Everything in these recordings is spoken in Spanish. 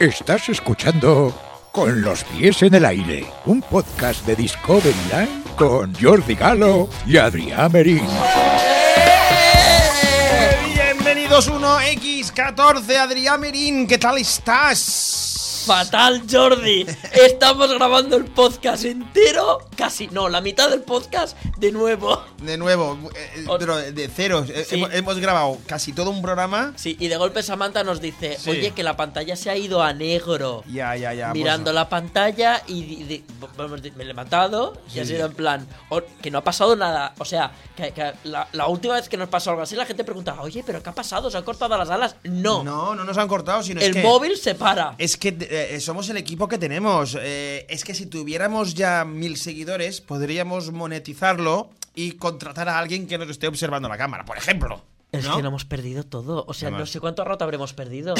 Estás escuchando Con los pies en el aire, un podcast de Discovery Line con Jordi Galo y Adrián Merín. Bienvenidos 1X14, Adrián Merín, ¿qué tal estás? Fatal, Jordi. Estamos grabando el podcast entero, casi no, la mitad del podcast de nuevo. De nuevo, eh, Os- pero de ceros, eh, Sí. hemos, hemos grabado casi todo un programa. Sí, y de golpe Samantha nos dice, Sí. oye, que la pantalla se ha ido a negro. Ya, ya, ya. pues, Mirando la pantalla y di- di- vamos, di- me he levantado y ha Sí. sido en plan, "O- que no ha pasado nada. O sea, que, que la, la última vez que nos pasó algo así, la gente preguntaba, oye, pero ¿qué ha pasado? ¿Se han cortado las alas? No. No, no nos han cortado, sino el es que... móvil se para. Es que eh, somos el equipo que tenemos. Eh, es que si tuviéramos ya mil seguidores, podríamos monetizarlo y contratar a alguien que nos esté observando la cámara, por ejemplo. Es ¿no? que lo hemos perdido todo. O sea, Además. no sé cuánto rato habremos perdido.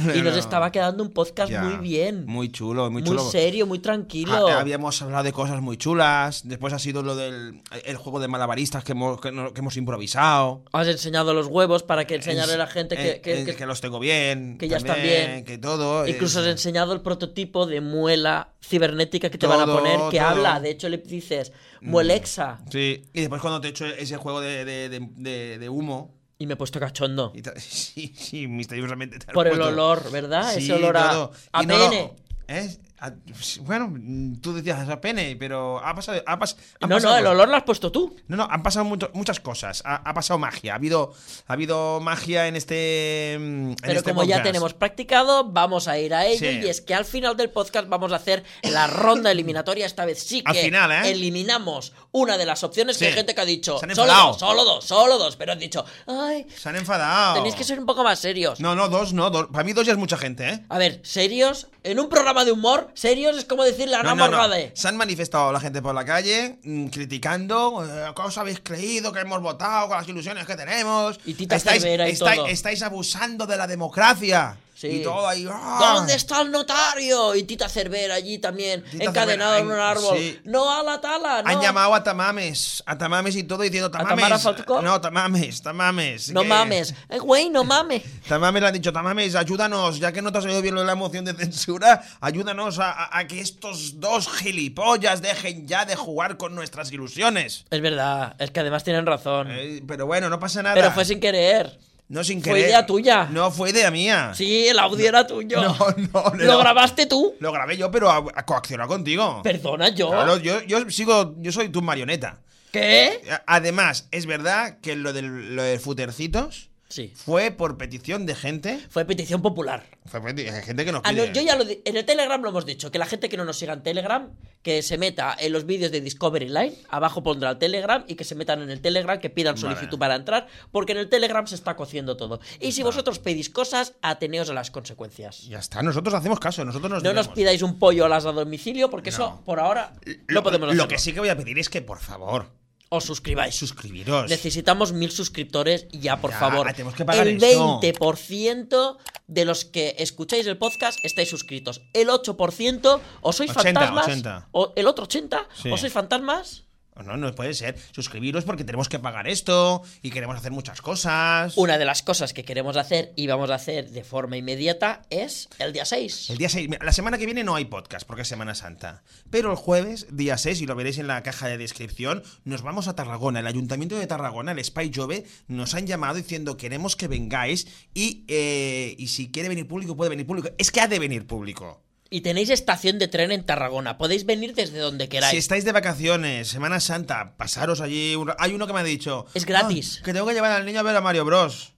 y nos No. estaba quedando un podcast Ya. muy bien. Muy chulo, muy Muy chulo. serio, muy tranquilo. Ah, habíamos hablado de cosas muy chulas. Después ha sido lo del el juego de malabaristas que hemos, que, no- que hemos improvisado. Has enseñado los huevos para que enseñarle a la Es- gente que, eh, que- eh, que- que los tengo bien. que ya están también, bien. Que todo. eh, incluso has enseñado el prototipo de muela cibernética que te van a Todo, poner que todo. Mm. habla. De hecho, le dices muelexa Sí. Y después cuando te he hecho ese juego de, de- de- de- de humo. y me he puesto cachondo y tal- sí, sí, misteriosamente. te has por el puesto- olor, ¿verdad? Sí, Ese olor a, todo. a Y no lo- pene. ¿eh? A- bueno, mm, tú decías a pene, pero ha pasado. Ha pas- han No, pasado no, el cosas. olor lo has puesto tú. No, no, han pasado mucho- muchas cosas. Ha, ha pasado magia. Ha habido, ha habido magia en este. mm, en Pero este como ya podcast. tenemos practicado, vamos a ir a ello. Sí. Y es que al final del podcast vamos a hacer la ronda eliminatoria. Esta vez sí que Al final, ¿eh? eliminamos una de las opciones que Sí. hay gente que ha dicho. Se han Solo enfadado". dos, solo dos, solo dos. Pero han dicho, ay, Se han enfadado. tenéis que ser un poco más serios. No, no, dos, no. Dos. Para mí, dos ya es mucha gente, ¿eh? A ver, serios, en un programa de humor, serios es como decirle a No, Ana no, no. Morgade. Se han manifestado la gente por la calle mm, criticando. eh, ¿Qué os habéis creído? que hemos votado? ¿Con las ilusiones que tenemos? Y Tita estáis, Cervera y estáis, todo. estáis abusando de la democracia. Sí. Y todo ahí. ¡ah! ¿Dónde está el notario? Y Tita Cervera allí también, Tita encadenado Cervera, en un en- árbol. sí. No a la tala, no. Han llamado a Tamames, a Tamames y todo diciendo Tamara Tamames. Falcó? no, Tamames, Tamames. no que- mames. Eh, güey, no mames. Tamames le han dicho, Tamames, ayúdanos, ya que no te ha salido bien lo de la moción de censura, ayúdanos a, a- a que estos dos gilipollas dejen ya de jugar con nuestras ilusiones. Es verdad, es que además tienen razón. Eh, pero bueno, no pasa nada. Pero fue sin querer. no sin fue querer. idea tuya. No, fue idea mía. Sí, el audio era tuyo. No, no, Lo no. grabaste tú. Lo grabé yo, pero a, a coaccionar contigo. Perdona yo. Claro, yo, yo sigo, yo soy tu marioneta. ¿Qué? A- Además, es verdad que lo del, lo de futercitos Sí. fue por petición de gente. Fue petición popular. Fue peti- gente que nos Ah, pide. no, yo ya lo di- en el Telegram lo hemos dicho, que la gente que no nos siga en Telegram, que se meta en los vídeos de Discovery Line, abajo pondrá el Telegram y que se metan en el Telegram, que pidan solicitud para entrar, porque en el Telegram se está cociendo todo. Y si vosotros pedís cosas, ateneos a las consecuencias. Ya está, nosotros hacemos caso, nosotros nos No nos debemos. pidáis un pollo al as a domicilio, porque eso por ahora no podemos hacerlo. Lo que sí que voy a pedir es que, por favor, Os suscribáis. suscribiros. Necesitamos mil suscriptores ya, por Pues Ya, favor. tenemos que pagar el eso. 20% de los que escucháis el podcast estáis suscritos. El 8% o sois 80, fantasmas. 80. O el otro 80 Sí. o sois fantasmas. No, no puede ser. Suscribiros porque tenemos que pagar esto y queremos hacer muchas cosas. Una de las cosas que queremos hacer y vamos a hacer de forma inmediata es el día 6. El día 6, la semana que viene no hay podcast porque es Semana Santa. Pero el jueves, día 6, y lo veréis en la caja de descripción, nos vamos a Tarragona. El Ayuntamiento de Tarragona, el Spy Jove, nos han llamado diciendo queremos que vengáis y, eh, y si quiere venir público, puede venir público. Es que ha de venir público. Y tenéis estación de tren en Tarragona. Podéis venir desde donde queráis. Si estáis de vacaciones, Semana Santa, pasaros allí. un ra- Hay uno que me ha dicho... Es gratis. "Ah, que tengo que llevar al niño a ver a Mario Bros.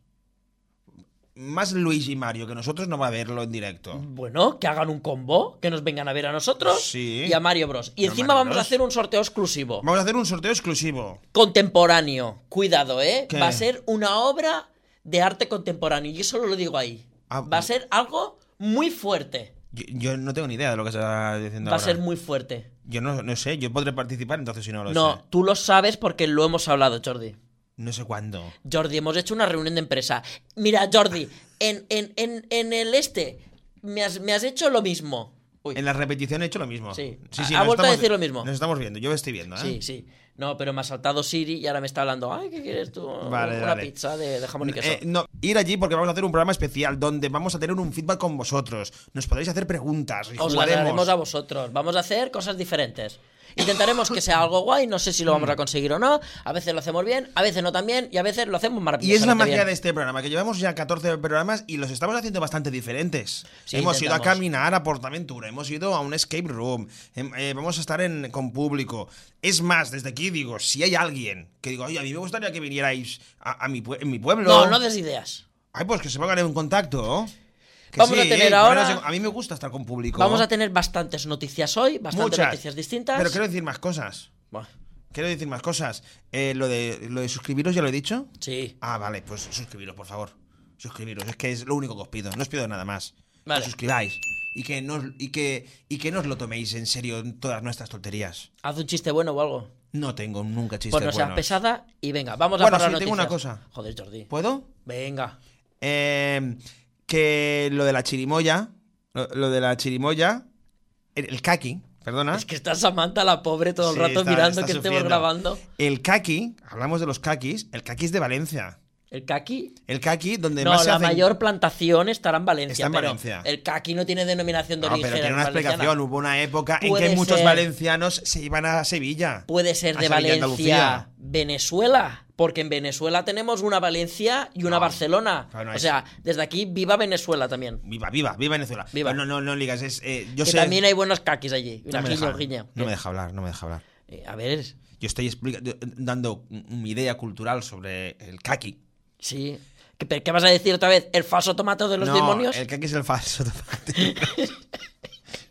Más Luigi y Mario, que nosotros no va a verlo en Mm. directo. Bueno, que hagan un combo, que nos vengan a ver a nosotros Sí. y a Mario Bros. Y A encima Mario vamos a Bros. hacer un sorteo exclusivo. Vamos a hacer un sorteo exclusivo. contemporáneo. Cuidado, ¿eh? ¿Qué? Va a ser una obra de arte contemporáneo. Yo solo lo digo ahí. Ah, Va a ser algo muy fuerte. Yo, yo no tengo ni idea de lo que está diciendo Va a ahora. ser muy fuerte. Yo no, no sé, yo podré participar entonces si no lo no, sé. tú lo sabes porque lo hemos hablado, Jordi. No sé cuándo. Jordi, hemos hecho una reunión de empresa. Mira, Jordi, en, en, en, en el este me has, me has hecho lo mismo. Uy. En la repetición he hecho lo mismo. Sí. sí, Ha- sí, ha nos vuelto a estamos- decir lo mismo. Nos estamos viendo, yo estoy viendo, ¿eh? Sí, sí. No, pero me ha saltado Siri y ahora me está hablando. Ay, ¿qué quieres tú? Vale, Una vale. pizza de, de jamón y queso. Eh, no, ir allí porque vamos a hacer un programa especial donde vamos a tener un feedback con vosotros. Nos podréis hacer preguntas y Os la jugaremos. daremos a vosotros. Vamos a hacer cosas diferentes. Intentaremos que sea algo guay, no sé si lo vamos a conseguir o no. A veces lo hacemos bien, a veces no tan bien y a veces lo hacemos Y es maravillosamente la magia bien. de este programa, que llevamos ya 14 programas y los estamos haciendo bastante diferentes. Sí, hemos ido a intentamos. caminar a Portaventura, hemos ido a un escape room, em- eh, vamos a estar en, con público. Es más, desde aquí digo, si hay alguien que digo, oye, a mí me gustaría que vinierais a, a mi, pue- en mi pueblo. No, no des ideas. Ay, pues que se pongan en contacto. Que Vamos a tener eh, ahora- poneros en- A mí me gusta estar con público. Vamos a tener bastantes noticias hoy, bastantes noticias distintas. Pero quiero decir más cosas. Buah, Quiero decir más cosas. Eh, lo, de, lo de suscribiros ya lo he dicho. sí. Ah, vale, pues suscribiros, por favor. Suscribiros, es que es lo único que os pido, no os pido nada más. Vale. Que suscribáis y que, no, os- y, que, y que no os lo toméis en serio en todas nuestras tonterías. Haz un chiste bueno o algo. No tengo nunca chistes Pues no seas buenos. pesada y venga, vamos a Bueno, por las sí, tengo una noticias. cosa. Joder, Jordi. ¿Puedo? Venga. Eh, que lo de la chirimoya, lo, lo de la chirimoya, el, el kaki, perdona. Es que está Samantha la pobre todo el ¿Ah? Sí, rato está- mirando está que estemos sufriendo. grabando. El kaki, hablamos de los kakis, el kaki es de Valencia. El caqui. El kaki donde No, más se la hacen- mayor plantación estará en Valencia. Está en pero Valencia. El caqui no tiene denominación de No, origen. pero tiene una valenciana. explicación. Hubo una época en Puede que muchos ser. valencianos se iban a Sevilla. Puede ser a de Sevilla, Valencia, Andalucía. Venezuela, porque en Venezuela tenemos una Valencia y una No, Barcelona. claro, no o es. sea, desde aquí viva Venezuela también. Viva, viva, viva Venezuela. Viva. No, no, no ligas. Es, eh, yo que sé- también hay buenos caquis allí. Una no me, guiño, deja, guiño. no me deja hablar, no me deja hablar. Eh, a ver, Yo estoy explica- dando mi idea cultural sobre el kaki. sí. ¿Qué, pero qué vas a decir otra vez? ¿El falso tomate de los no, demonios? El kaki es el falso tomate.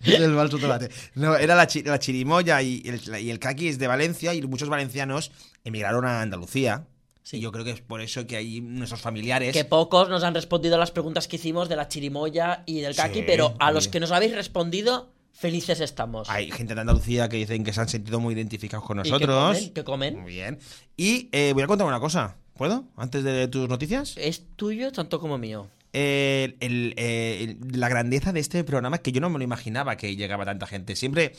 es el falso tomate. No, era la, chi- la chirimoya y el, la- y el kaki es de Valencia y muchos valencianos emigraron a Andalucía. Sí. Y yo creo que es por eso que hay nuestros familiares. Que pocos nos han respondido a las preguntas que hicimos de la chirimoya y del caqui, Sí, pero a los sí. que nos habéis respondido, felices estamos. Hay gente de Andalucía que dicen que se han sentido muy identificados con ¿Y nosotros. ¿Qué comen? ¿Qué comen? Muy bien. Y eh, voy a contar una cosa. ¿Puedo? Antes de tus noticias. Es tuyo tanto como mío. Eh, el- eh, el- la grandeza de este programa es que yo no me lo imaginaba que llegaba tanta gente. Siempre,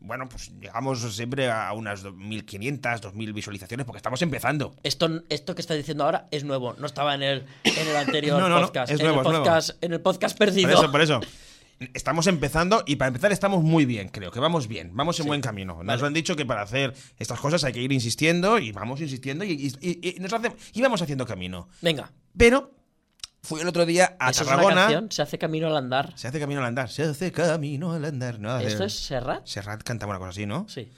bueno, pues llegamos siempre a unas 2.500, 2.000 visualizaciones porque estamos empezando. Esto, esto que estás diciendo ahora es nuevo, no estaba en el, en el anterior No, no, no, podcast. es en, nuevo, el es nuevo. podcast en el podcast perdido. Por eso, por eso. Estamos empezando y para empezar estamos muy bien, creo que vamos bien, vamos en buen camino. Nos Vale. han dicho que para hacer estas cosas hay que ir insistiendo y vamos insistiendo y, y- y- y nos hace- y vamos haciendo camino. Venga, Pero fui el otro día a eso es una Tarragona. canción, se hace camino al andar. se hace camino al andar, se hace camino al andar. No, ¿Esto eh, es Serrat? Serrat cantaba una cosa así, ¿no? Sí.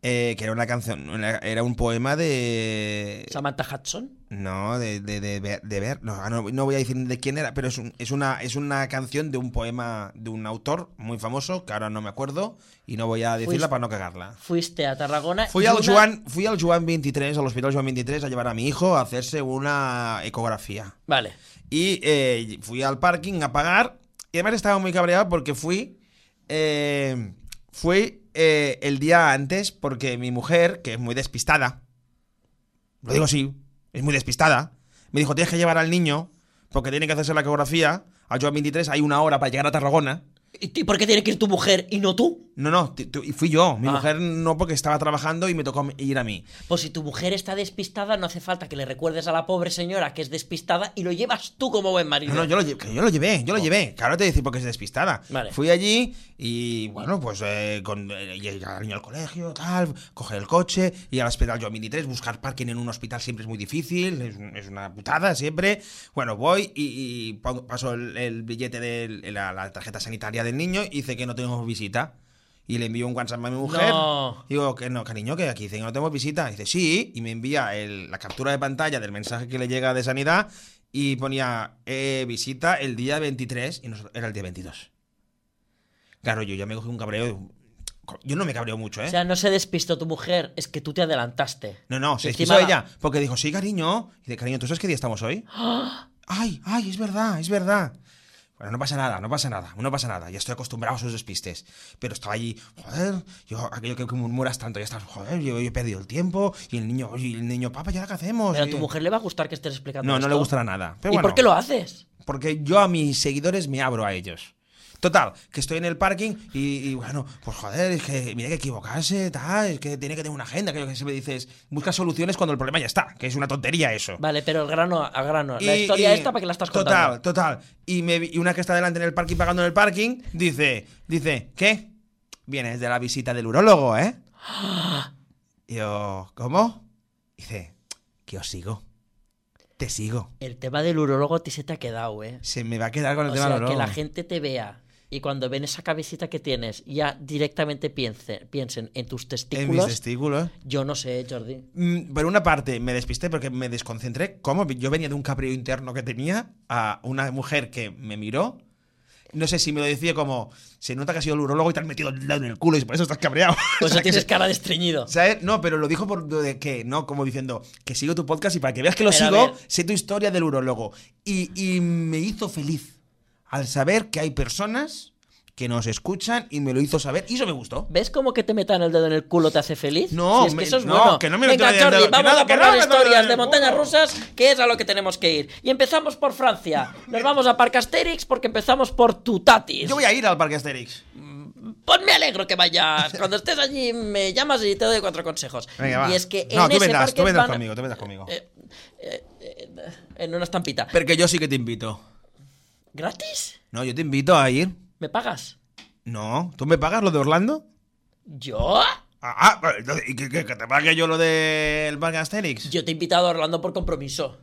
Eh, que era una canción, una- era un poema de... Samantha Hudson. No, de, de, de, Ver- de Ver- no, ah, no, no voy a decir de quién era, pero es, un- es, una, es una canción de un poema de un autor muy famoso, que ahora no me acuerdo, y no voy a decirla Fuiste- para no cagarla. Fuiste a Tarragona. Fui y al, una- Joan, fui al Joan 23, al hospital Joan 23, a llevar a mi hijo a hacerse una ecografía. Vale. Y eh, fui al parking a pagar. Y además estaba muy cabreado porque fui. eh, fui eh, el día antes porque mi mujer, que es muy despistada, lo digo así, es muy despistada, me dijo: Tienes que llevar al niño porque tiene que hacerse la ecografía. Ah, Al Joan 23 hay una hora para llegar a Tarragona. ¿Y tú- por qué tiene que ir tu mujer y no tú? No, no, t- t- y fui yo. Mi Ah. mujer no porque estaba trabajando y me tocó ir a mí. Pues si tu mujer está despistada, no hace falta que le recuerdes a la pobre señora que es despistada y lo llevas tú como buen marido. No, no, yo lo, lle- que yo lo llevé, yo lo llevé. Claro, te voy a decir porque es despistada. Vale. Fui allí y, bueno, pues eh, con, eh, llegar al niño al colegio, tal, coger el coche, ir al hospital yo a 23, buscar parking en un hospital siempre es muy difícil, es, un- es una putada siempre. Bueno, voy y, y pongo- paso el, el billete de la, la tarjeta sanitaria del niño y dice que no tenemos visita. Y le envío un WhatsApp a mi mujer. No. Digo que no, cariño, que aquí dicen que no tenemos visita. dice, sí. Y me envía el- la captura de pantalla del mensaje que le llega de sanidad. Y ponía, eh, visita el día 23. Y nos- era el día 22. Claro, yo ya me cogí un cabreo. Yo no me cabreo mucho, ¿eh? O sea, no se despistó tu mujer, es que tú te adelantaste. no, no, se despisó encima la- ella. Porque dijo, sí, cariño. Y dice, cariño, ¿tú sabes qué día estamos hoy? ¡Ay, ay, es verdad, es verdad! Bueno, no pasa nada, no pasa nada, no pasa nada. Ya estoy acostumbrado a sus despistes. Pero estaba allí, joder, yo, aquello que que murmuras tanto, ya estás, joder, yo, yo he perdido el tiempo. Y el niño, oye, y el niño, papá, ¿y ahora qué hacemos? Pero a Y- tu mujer le va a gustar que estés explicando No, no le esto. gustará nada. Pero ¿Y bueno, por qué lo haces? Porque yo a mis seguidores me abro a ellos. Total, que estoy en el parking y, y, bueno, pues joder, es que mira que equivocarse, tal, es que tiene que tener una agenda, que lo que siempre dices, busca soluciones cuando el problema ya está, que es una tontería eso. Vale, pero el grano a grano. la Y- historia y- esta para que la estás Total, contando. total. Y, me vi- y una que está delante en el parking pagando en el parking dice, dice, ¿qué? Vienes de la visita del urólogo, ¿eh? Y yo, ¿cómo? Dice, que os sigo. Te sigo. El tema del urologo te se te ha quedado, eh. Se me va a quedar con el O tema sea, del que urólogo. la gente te vea y cuando ven esa cabecita que tienes, ya directamente piense- piensen en tus en mis testículos. testículos. Yo no sé, Jordi. Mm, Por una parte, me despisté porque me desconcentré. ¿Cómo? Yo venía de un cabrío interno que tenía a una mujer que me miró. No sé si me lo decía como, se nota que has sido el urólogo y te has metido el dedo en el culo y por eso estás cabreado. Pues O sea, eso que- tienes cara de estreñido. ¿Sabes? No, pero lo dijo por lo de que, ¿no? Como diciendo, que sigo tu podcast y para que veas que lo Pero a sigo, ver. sé tu historia del urólogo. Y, y me hizo feliz al saber que hay personas que nos escuchan y me lo hizo saber. Y eso me gustó. ¿Ves cómo que te metan el dedo en el culo te hace feliz? No, Si es que me- eso es no, bueno. que no me Venga, metan el dedo- Jordi, que vamos nada, a que no contar me metan el dedo historias en de el montañas culo. rusas, que es a lo que tenemos que ir. Y empezamos por Francia. Nos vamos a Parcasterix porque empezamos por Tutatis. Yo voy a ir al Parque Asterix. Pues me alegro que vayas. Cuando estés allí me llamas y te doy cuatro consejos. Venga, va. Y es que no, en tú ese vendrás, parque tú vendrás van- conmigo, tú vendrás conmigo. Eh, eh, eh, en una estampita. Porque yo sí que te invito. ¿Gratis? No, yo te invito a ir. ¿Me pagas? No, ¿tú me pagas lo de Orlando? ¿Yo? Ah, ah, vale, entonces, ¿y que, que- que te pague yo lo del Parque Asterix? Yo te he invitado a Orlando por compromiso.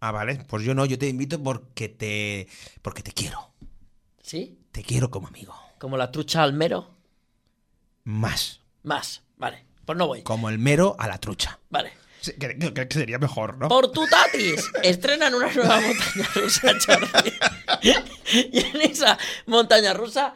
Ah, vale, pues yo no, yo te invito porque te, porque te quiero. ¿Sí? Te quiero como amigo. Como la trucha al mero. Más. Más. Vale. Pues no voy. Como el mero a la trucha. Vale. Creo que, que sería mejor, ¿no? Por Tutatis estrenan una nueva montaña rusa, Jordi. y en esa montaña rusa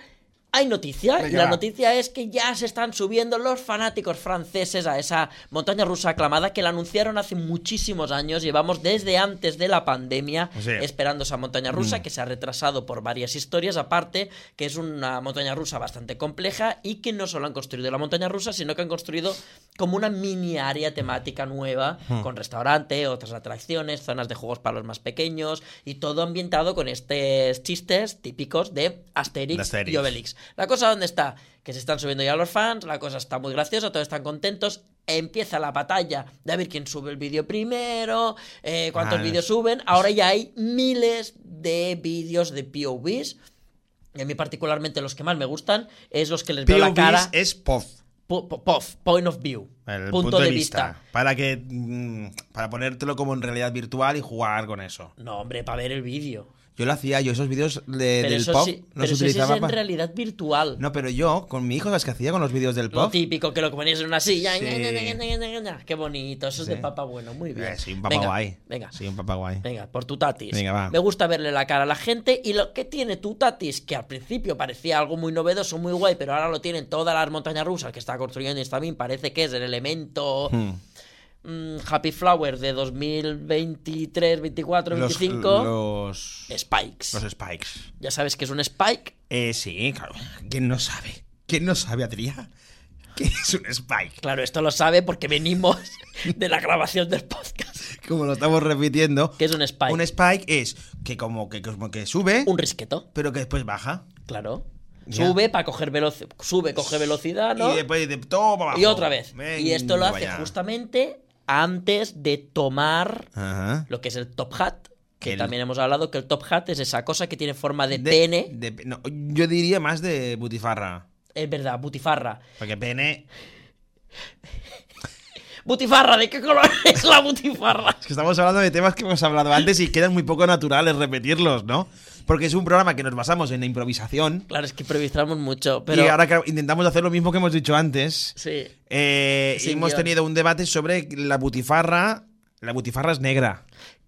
hay noticia. y Venga, la va. noticia es que ya se están subiendo los fanáticos franceses a esa montaña rusa aclamada que la anunciaron hace muchísimos años. Llevamos desde antes de la pandemia Sí. esperando esa montaña rusa Mm. que se ha retrasado por varias historias. Aparte, que es una montaña rusa bastante compleja y que no solo han construido la montaña rusa, sino que han construido como una mini área temática nueva Mm. con restaurante, otras atracciones, zonas de juegos para los más pequeños y todo ambientado con estos chistes típicos de Asterix, De Asterix. y Obelix. La cosa dónde está, que se están subiendo ya los fans, la cosa está muy graciosa, todos están contentos. Empieza la batalla de a ver quién sube el vídeo primero, eh, cuántos Ah, vídeos suben. Ahora ya hay miles de vídeos de POVs. Y a mí particularmente los que más me gustan es los que les veo la cara. es POV. Po- po- POV, point of view. El punto, de vista. Para que. mm, Para ponértelo como en realidad virtual y jugar con eso. No, hombre, para ver el vídeo. Yo lo hacía, yo esos vídeos de- Pero del eso POV sí, pero los eso sí utilizaba es en pa- realidad virtual. No, pero yo, con mi hijo, ¿sabes qué hacía con los vídeos del Lo POV? típico, que lo ponías en una silla. Sí. Qué bonito, eso es Sí. de papa bueno, muy bien. Eh, sí, un papá Venga, guay. Venga, Sí, un papá guay. venga, por tu tatis. Venga, va. Me gusta verle la cara a la gente y lo que tiene tu tatis, que al principio parecía algo muy novedoso, muy guay, pero ahora lo tienen todas las montañas rusas que está construyendo Instamin, parece que es el elemento Mm. mm, Happy Flower de 2023, 24, Los, 25. los, Spikes. los spikes. Ya sabes que es un spike. Eh, sí, claro. ¿Quién no sabe? ¿Quién no sabe, Adrián? ¿Qué es un spike? Claro, esto lo sabe porque venimos de la grabación del podcast. Como lo estamos repitiendo. ¿Qué es un spike? Un spike es que como que, como que sube, Un risqueto. pero que después baja. Claro. Ya. Sube para coger velocidad. Sube, coge velocidad, ¿no? Y Y, después de todo para abajo. otra vez. y esto lo Venga, hace vaya. justamente antes de tomar Ajá. lo que es el top hat. Que El- también hemos hablado que el top hat es esa cosa que tiene forma de, De- pene. de pe- no, yo diría más de butifarra. Es verdad, butifarra. Porque pene. ¡Butifarra! ¿De qué color es la butifarra? Es que estamos hablando de temas que hemos hablado antes y quedan muy poco naturales repetirlos, ¿no? Porque es un programa que nos basamos en la improvisación. Claro, es que improvisamos mucho, pero. Y ahora que intentamos hacer lo mismo que hemos dicho antes. Sí. Eh, Sin hemos guión. tenido un debate sobre la butifarra. La butifarra es negra.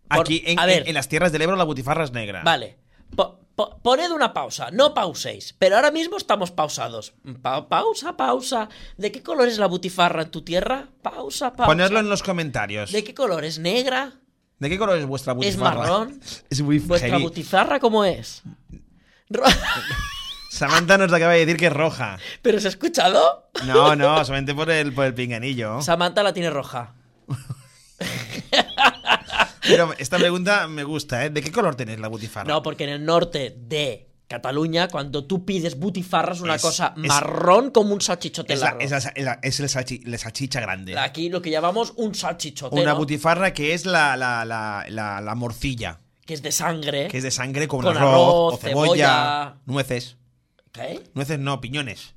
Por- Aquí en, a ver. en- en las tierras del Ebro la butifarra es negra. Vale. Po- po- poned una pausa, no pauséis. Pero ahora mismo estamos pausados. Pa- pausa, pausa. ¿De qué color es la butifarra en tu tierra? Pausa, pausa. Ponedlo en los comentarios. ¿De ¿De, qué color es negra? qué color es vuestra ¿Es butifarra? marrón? Es muy ¿Vuestra heavy. butifarra cómo es? Ro- Samantha nos acaba de decir que es roja. ¿Pero se ha escuchado? No, no, solamente por el, por el pinganillo. Samantha la tiene roja. Pero esta pregunta me gusta, ¿eh? ¿De qué color tenéis la butifarra? No, porque en el norte de Cataluña, cuando tú pides butifarras, una Es- cosa es- marrón como un salchichote Es, la, largo. es, la, es la- es el salchi- la salchicha grande. Aquí lo que llamamos un salchichote, Una ¿no? butifarra que es la, la, la, la, la morcilla, que es de sangre. que es de sangre con, Con arroz, arroz, o cebolla, cebolla. nueces. ¿Qué? Nueces no, piñones.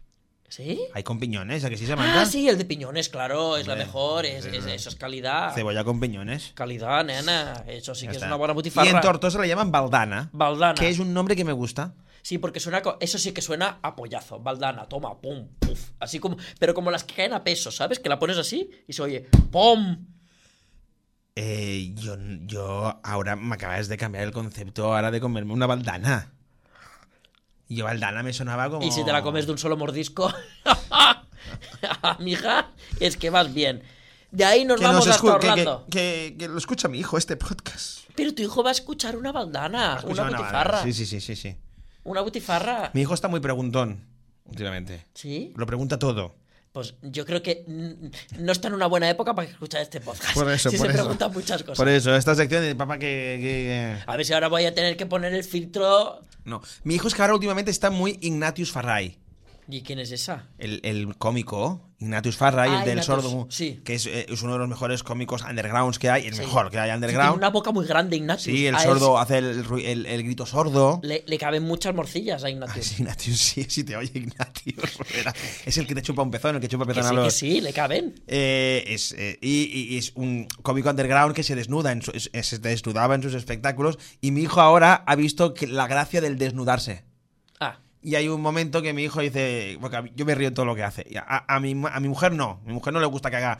¿Sí? Hay con piñones, ¿a que sí se manda? Ah, sí, el de piñones, claro, es la Hombre, mejor, es, sí, es- sí. eso es calidad. Cebolla con piñones. Calidad, nena. Eso sí Ya que es está. una buena Y en butifarra. Tortosa la llaman baldana, Baldana. que es un nombre que me gusta. Sí, porque suena. co- Eso sí que suena a pollazo. Baldana, toma, pum, puf. Así como. Pero como las que caen a peso, ¿sabes? Que la pones así y se oye. ¡Pum! Eh, yo, yo ahora me acabas de cambiar el concepto ahora de comerme una baldana. Yo baldana me sonaba como... Y si te la comes de un solo mordisco. Mija, es que vas bien. De ahí nos que vamos nos hasta escu- que- Orlando. que, que- que lo escucha mi hijo este podcast. Pero tu hijo va a escuchar una baldana, Escucha una una baldana. butifarra. Sí, sí, sí, sí, sí. Una butifarra. Mi hijo está muy preguntón últimamente. Sí. Lo pregunta todo. Pues yo creo que mm, no está en una buena época para escuchar este podcast. Por eso, Sí por se eso. preguntan muchas cosas. Por eso, esta sección de papá que, que- A ver si ahora voy a tener que poner el filtro. No, mi hijo es que ahora últimamente está muy Ignatius Farray. ¿Y quién es esa? El, el cómico Ignatius Farray, Ah, el del Ignatius, sordo, sí. que es, eh, es uno de los mejores cómicos undergrounds que hay, el Sí. mejor que hay Sí, underground. tiene una boca muy grande, Ignatius. Sí, el A él sordo hace el, ru- el- el grito sordo. Le, le caben muchas morcillas a Ah, Ignatius. sí, Ignatius, sí, sí te oye Ignatius. verá. Es el que te chupa un pezón, el que chupa Que pezón a sí, que los... sí, le caben. Eh, es, eh, y, y- y es un cómico underground que se desnuda, en su- es- es- se desnudaba en sus espectáculos y mi hijo ahora ha visto que la gracia del desnudarse. Ah, Y hay un momento que mi hijo dice, porque a mí- yo me río en todo lo que hace. Y A, a mi, mu- a mi mujer no, a mi mujer no le gusta que haga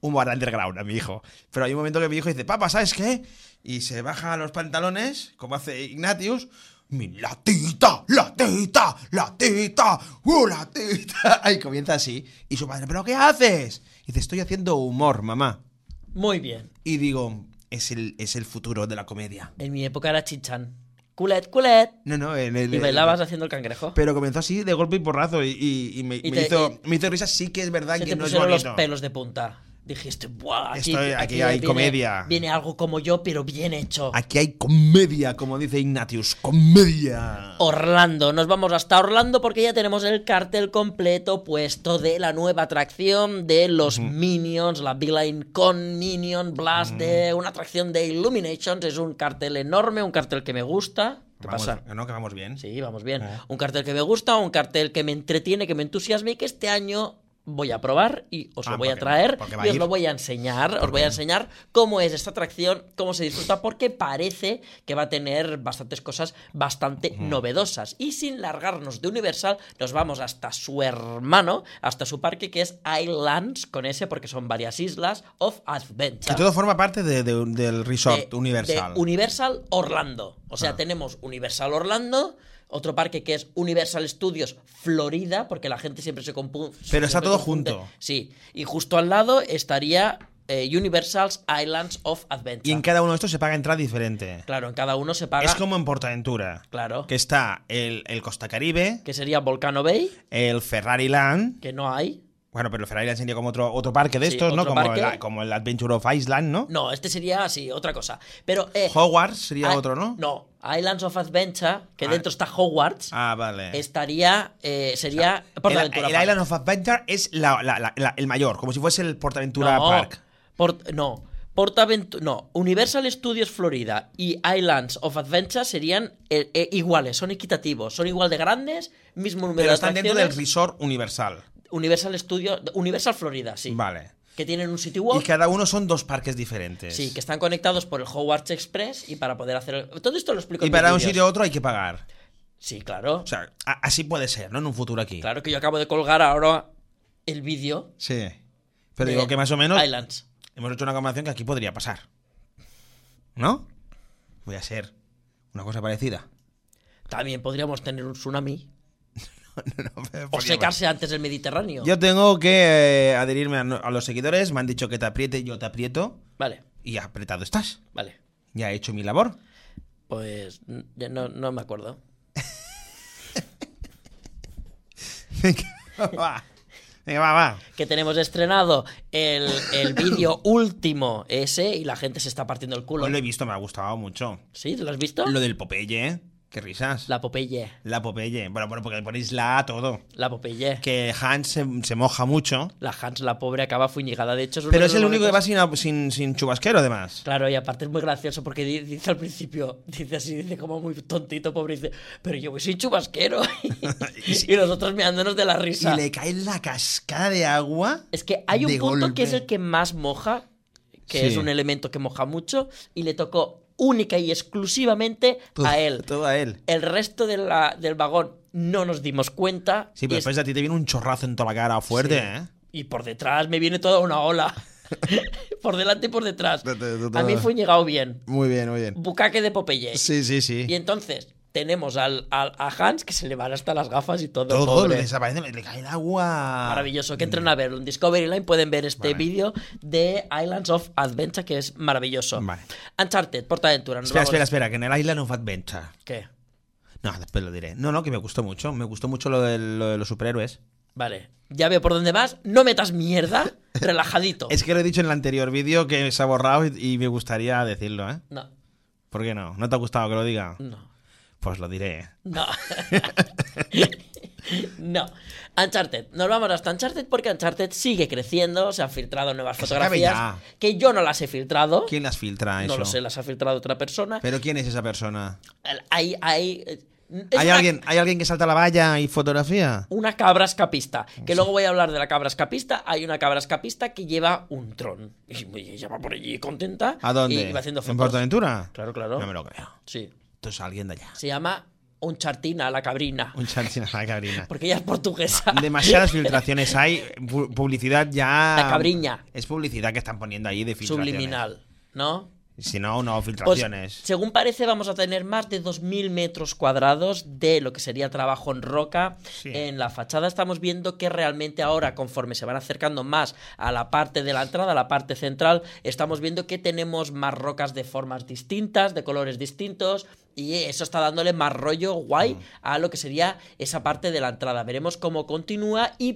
humor underground a mi hijo. Pero hay un momento que mi hijo dice, papá, ¿sabes qué? Y se baja los pantalones, como hace Ignatius. Mi latita, latita, latita, uh, latita. Ahí comienza así. Y su padre, ¿pero qué haces? Y dice, estoy haciendo humor, mamá. muy bien. Y digo, es el, es el futuro de la comedia. En mi época era chichán. Culet, culet. No, no, en el- Y bailabas haciendo el cangrejo. Pero comenzó así, de golpe y porrazo, y, y- y me, Y me te- hizo, me hizo risa. Sí que es verdad Se que te no es pusieron los bonito. pelos de punta. Dijiste, ¡buah! Aquí, Estoy- aquí hay viene- comedia". Viene algo como yo, pero bien hecho. Aquí hay comedia, como dice Ignatius, comedia. Orlando, nos vamos hasta Orlando porque ya tenemos el cartel completo puesto de la nueva atracción de los Minions, la Big Line con Minion Blast, de una atracción de Illuminations. Es un cartel enorme, un cartel que me gusta. ¿Qué Vamos- pasa? No, que vamos bien. Sí, vamos bien. Ah. Un cartel que me gusta, un cartel que me entretiene, que me entusiasme y que este año voy a probar y os lo Ah, voy a porque- traer porque va y a os ir. lo voy a enseñar. Os voy a enseñar cómo es esta atracción, cómo se disfruta, porque parece que va a tener bastantes cosas bastante novedosas. Y sin largarnos de Universal, nos vamos hasta su hermano, hasta su parque que es Islands, con ese porque son varias islas, of Adventure Que todo forma parte de- de- del resort de- universal. Ah. de Universal Orlando. O sea, tenemos Universal Orlando, otro parque que es Universal Studios Florida, porque la gente siempre se confunde. Pero está todo junto. Sí, y justo al lado estaría eh, Universal's Islands of Adventure. y en cada uno de estos se paga entrada diferente. Claro, en cada uno se paga. Es como en Portaventura. Claro. Que está el, el Costa Caribe, Que sería Volcano Bay, el Ferrari Land. que no hay. Bueno, pero el Ferrari Land sería como otro, otro parque de Sí, estos, ¿no? otro Como, parque. el- como el Adventure of Island, ¿no? No, este sería así, otra cosa. Pero. eh, Hogwarts sería I- otro, ¿no? No, Islands of Adventure, que Ah. dentro está Hogwarts, Ah, vale. estaría. eh, sería. El, Portaventura el Park. Island of Adventure es la- la- la- la- el mayor, como si fuese el Portaventura no, Park. Port- no, Portaventu- no, Universal Studios Florida y Islands of Adventure serían eh, eh, iguales, son equitativos, son igual de grandes, mismo número Pero de están dentro del atracciones. Resort Universal. Universal Studios, Universal Florida, sí. Vale. Que tienen un City Y Walk. cada uno son dos parques diferentes. Sí, que están conectados por el Hogwarts Express y para poder hacer... el- Todo esto lo explico y en para un mis sitio vídeos. a otro hay que pagar. Sí, claro. O sea, a- así puede ser, ¿no? En un futuro aquí. Claro que yo acabo de colgar ahora el vídeo. Sí. Pero de digo que más o menos Islands. hemos hecho una combinación que aquí podría pasar. ¿No? Voy a hacer una cosa parecida. También podríamos tener un tsunami. No, pero O podríamos. secarse antes del Mediterráneo. Yo tengo que eh, adherirme a, no- a los seguidores. Me han dicho que te apriete, yo te aprieto. Vale, Y apretado estás. vale. Ya he hecho mi labor. Pues n- ya no, no me acuerdo. va. Venga, va, va. Que tenemos estrenado el, el vídeo último ese y la gente se está partiendo el culo. Lo he visto, me ha gustado mucho. ¿Sí? ¿Lo has visto? Lo del Popeye. ¿eh? Qué risas. La, La Popeye. Popeye. Bueno, bueno, porque le ponéis la A a todo. La Popeye. Que Hans se, se moja mucho. La Hans, la pobre, acaba fuñigada. De hecho, uno Pero de es los el único que momentos- va sin, a- sin, sin chubasquero, además. Claro, y aparte es muy gracioso porque di- dice al principio, dice así, dice como muy tontito, pobre, dice, pero yo soy chubasquero. y nosotros meándonos de la Y risa. le cae en la cascada de agua. Es que hay un de punto que es golpe. el que más moja, que Sí. es un elemento que moja mucho, y le tocó única y exclusivamente Pues a él. Todo a él. El resto de la- del vagón no nos dimos cuenta. Sí, y pero es- después a ti te viene un chorrazo en toda la cara fuerte, Sí. ¿eh? Y por detrás me viene toda una ola. por delante y por detrás. Ta- ta- ta- ta. A mí fue llegado bien. Muy bien, muy bien. Bucaque de Popeye. Sí, sí, sí. Y entonces tenemos al, al- a Hans que se le van hasta las gafas y todo. todo, todo pobre. le desaparece, le, le cae el agua. Maravilloso, que entren a verlo. En Discovery Line pueden ver este Ah. Vale. vídeo de Islands of Adventure, que es maravilloso. Vale. Uncharted, Portaventura. nos Espera, vamos- espera, espera, que en el Island of Adventure. ¿Qué? No, después lo diré. No, no, que me gustó mucho. Me gustó mucho lo de, lo de los superhéroes. Vale, ya veo por dónde vas. No metas mierda, relajadito. Es que lo he dicho en el anterior vídeo que se ha borrado y, y me gustaría decirlo, ¿eh? No, ¿Por qué no? ¿No te ha gustado que lo diga? no, Pues lo diré. no. no. Uncharted, nos vamos hasta Uncharted porque Uncharted sigue creciendo, se han filtrado nuevas se acabe fotografías que yo no las he filtrado. ¿Quién las filtra eso? No lo sé, las ha filtrado otra persona. ¿Pero quién es esa persona? El- Hay, hay, eh, es ¿Hay una- alguien, ¿Hay alguien que salta la valla y fotografía? Una cabra escapista. Ah, Que luego voy a hablar de la cabra escapista. Hay una cabra escapista que lleva un tron. Y me- ella va por allí contenta. ¿A dónde? Y va haciendo ¿En fotos. Portaventura? Claro, claro. No me lo creo. Sí. Esto es alguien de allá. Se llama Unchartina, la cabrina. Un chanchín a la cabrina. Porque ella es portuguesa. Ah, Demasiadas filtraciones hay. pu- Publicidad ya. La cabriña. Es publicidad que están poniendo ahí de filtraciones. Subliminal. ¿No? Si no, no, Pues, filtraciones. según parece, vamos a tener más de 2.000 metros cuadrados de lo que sería trabajo en roca. Sí. En la fachada estamos viendo que realmente ahora, conforme se van acercando más a la parte de la entrada, a la parte central, estamos viendo que tenemos más rocas de formas distintas, de colores distintos. Y eso está dándole más rollo Mm. guay a lo que sería esa parte de la entrada. Veremos cómo continúa y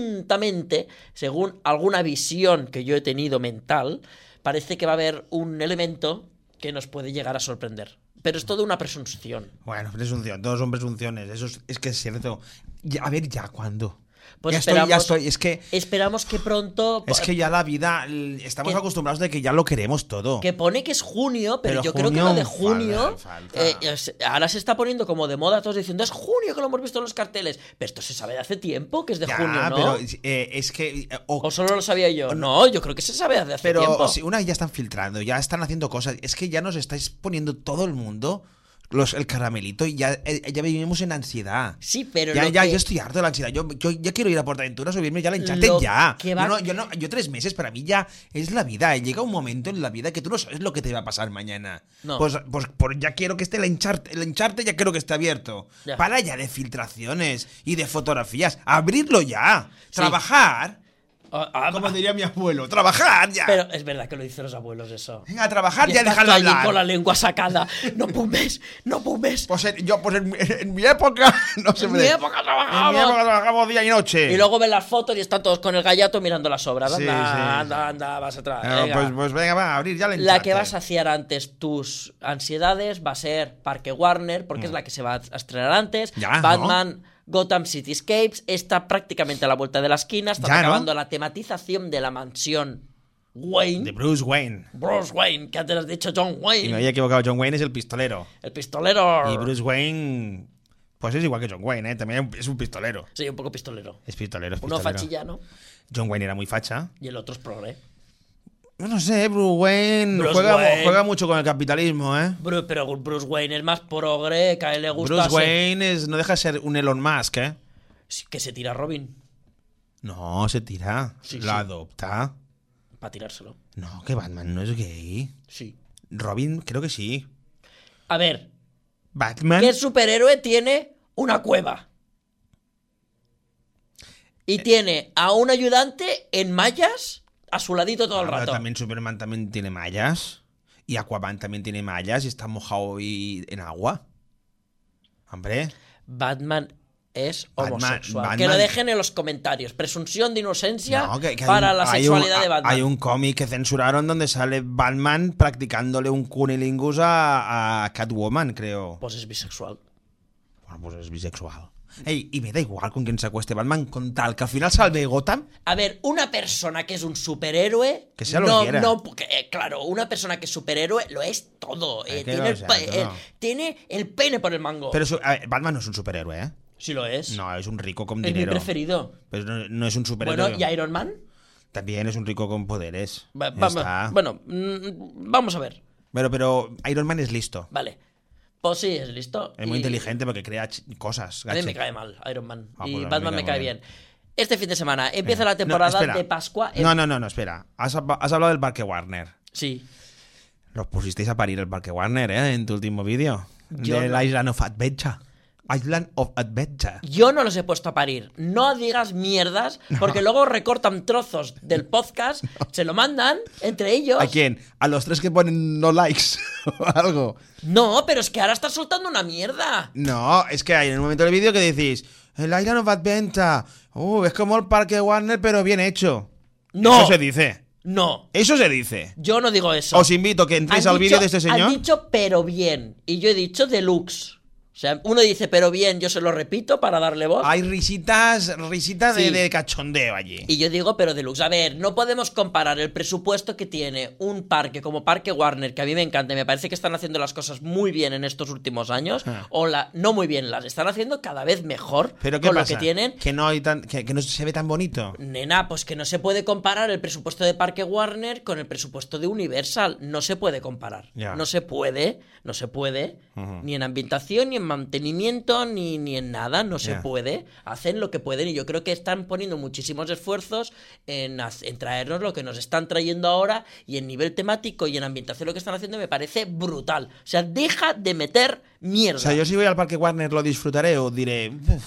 presuntamente, según alguna visión que yo he tenido mental, parece que va a haber un elemento que nos puede llegar a sorprender. Pero es Mm. todo una presunción. Bueno, presunción, todos son presunciones. Eso es, es que es cierto. Ya- a ver, ¿ya cuándo? Pues ya estoy, ya esperamos- estoy. Es que, Esperamos que pronto... es que ya la vida. l- Estamos Que- acostumbrados de que ya lo queremos todo. Que pone que es junio, pero, Pero yo creo que junio lo de falta, junio. falta. eh, es- ahora se está poniendo como de moda, todos diciendo es junio que lo hemos visto en los carteles. Pero esto se sabe de hace tiempo que es de Ya, junio, ¿no? pero eh, es que. eh, o- O solo lo sabía yo. No, yo creo que se sabe de hace pero tiempo. si una ya están filtrando, ya están haciendo cosas. Es que ya nos estáis poniendo todo el mundo los, el caramelito y ya, eh, ya vivimos en ansiedad. Sí, pero Ya, lo ya, que- yo estoy harto de la ansiedad. Yo, yo, yo quiero ir a Portaventura, subirme ya la hincharte Lo ya. que va- Yo, no- yo, no- yo tres meses para mí ya es la vida. eh. Llega un momento en la vida que tú no sabes lo que te va a pasar mañana. No. Pues, pues, por- ya quiero que esté la hincharte, la hincharte ya quiero que esté abierto. Ya. Para ya de filtraciones y de fotografías. Abrirlo ya. Sí. Trabajar. Ah, ah, Como diría mi abuelo, trabajar ya. pero es verdad que lo dicen los abuelos eso. Venga, a trabajar Y ya, estás déjalo tú allí con la hablar. lengua sacada. No pumes, no pumes. Pues en- yo, pues en, mi- en mi época, no se En me mi de- época En mi trabajábamos. época trabajamos día y noche. Y luego ven las fotos y están todos con el gallato mirando las obras. Anda, Sí, sí, sí. anda, anda, vas atrás. Ah, venga. pues, pues venga, va, a abrir ya la La que Uncharted. va a saciar antes tus ansiedades va a ser Parque Warner, porque es la que se va a estrenar antes. Ya, ¿no? Batman, Gotham Cityscapes, está prácticamente a la vuelta de la esquina, están Ya, ¿no? acabando la tematización de la mansión De Wayne. Bruce Wayne. Bruce Wayne, que antes has dicho John Y Wayne, me había equivocado, John Wayne es el pistolero. el pistolero. Y Bruce Wayne, pues es igual que John Wayne, ¿eh? también es un pistolero. Sí, un poco pistolero. Es pistolero, es Uno pistolero. fachillano John Wayne era muy facha. y el otro es progre. Yo no sé, Bruce Wayne, Bruce juega, Wayne. juega mucho con el capitalismo, ¿eh? Bru- pero Bruce Wayne es más progre, que a él le gusta Bruce ser- Wayne es- no deja de ser un Elon Musk, ¿eh? Sí, que se tira a Robin No, se tira. Sí, lo sí. adopta. para tirárselo. No, que Batman no es gay. Sí. Robin, creo que sí. A ver, Batman. ¿Qué superhéroe tiene una cueva? Eh. Y tiene a un ayudante en mallas a su ladito todo el Ahora rato. También Superman también tiene mallas. Y Aquaman también tiene mallas y está mojado y en agua. Hombre. Batman es Batman- homosexual. Batman- Que lo dejen en los comentarios. Presunción de inocencia No, que- que hay para un- la hay sexualidad un, de Batman. Hay un cómic que censuraron donde sale Batman practicándole un cunilingus a, a Catwoman, creo. Pues es bisexual. Bueno, pues es bisexual. Ey, y me da igual con quién se acueste Batman, con tal que al final salve Gotham. A ver, una persona que es un superhéroe. Que sea lo no, que quiera. no, porque, eh, claro, una persona que es superhéroe lo es todo. eh, Es que tiene, lo el, sea pa- todo. el- tiene el pene por el mango. Pero eso- a ver, Batman no es un superhéroe, ¿eh? si lo es. No, es un rico con es mi dinero. preferido. Pero Pues no, no es un superhéroe. Bueno, ¿y Iron Man? También es un rico con poderes. Va- Ya va- está. Bueno, mm, vamos a ver. Pero, pero Iron Man es listo. Vale. Pues sí, es listo. Es muy Y- inteligente porque crea ch- cosas. A mí gacho. me cae mal Iron Man. Ah, pues a y mí me Batman cae me muy cae bien. bien. Este fin de semana empieza Venga. la temporada No, espera. de Pascua. No, no, no, no, espera. Has, hab- has hablado del Parque Warner. Sí. Los pusisteis a parir el Parque Warner, ¿eh? En tu último vídeo. Yo Del no. Island of Adventure. Island of Adventure. Yo no los he puesto a parir. No digas mierdas, porque luego recortan trozos del podcast, se lo mandan entre ellos. ¿A quién? A los tres que ponen no likes o algo. No, pero es que ahora estás soltando una mierda. No, es que hay en un momento del vídeo que decís: El Island of Adventure. Uh, es como el Parque Warner, pero bien hecho. No. Eso se dice. No, Eso se dice. yo no digo eso. Os invito a que entréis Han al vídeo dicho- de este señor. Han dicho pero bien. Y yo he dicho deluxe. O sea, uno dice pero bien, yo se lo repito para darle voz. Hay risitas, risitas de, Sí. de cachondeo allí. Y yo digo, pero deluxe, a ver, no podemos comparar el presupuesto que tiene un parque como Parque Warner, que a mí me encanta y me parece que están haciendo las cosas muy bien en estos últimos años, Ah. o la, no muy bien, las están haciendo cada vez mejor Pero ¿qué con pasa? lo que tienen. Que no, hay tan, que, que no se ve tan bonito. Nena, pues que no se puede comparar el presupuesto de Parque Warner con el presupuesto de Universal. No se puede comparar. Ya. No se puede, no se puede. Ni en ambientación, ni en mantenimiento, ni, ni en nada. No se Ya. puede. Hacen lo que pueden y yo creo que están poniendo muchísimos esfuerzos en, haz- en traernos lo que nos están trayendo ahora y en nivel temático y en ambientación lo que están haciendo me parece brutal. O sea, deja de meter mierda. O sea, yo si voy al Parque Warner lo disfrutaré o diré. "Uf,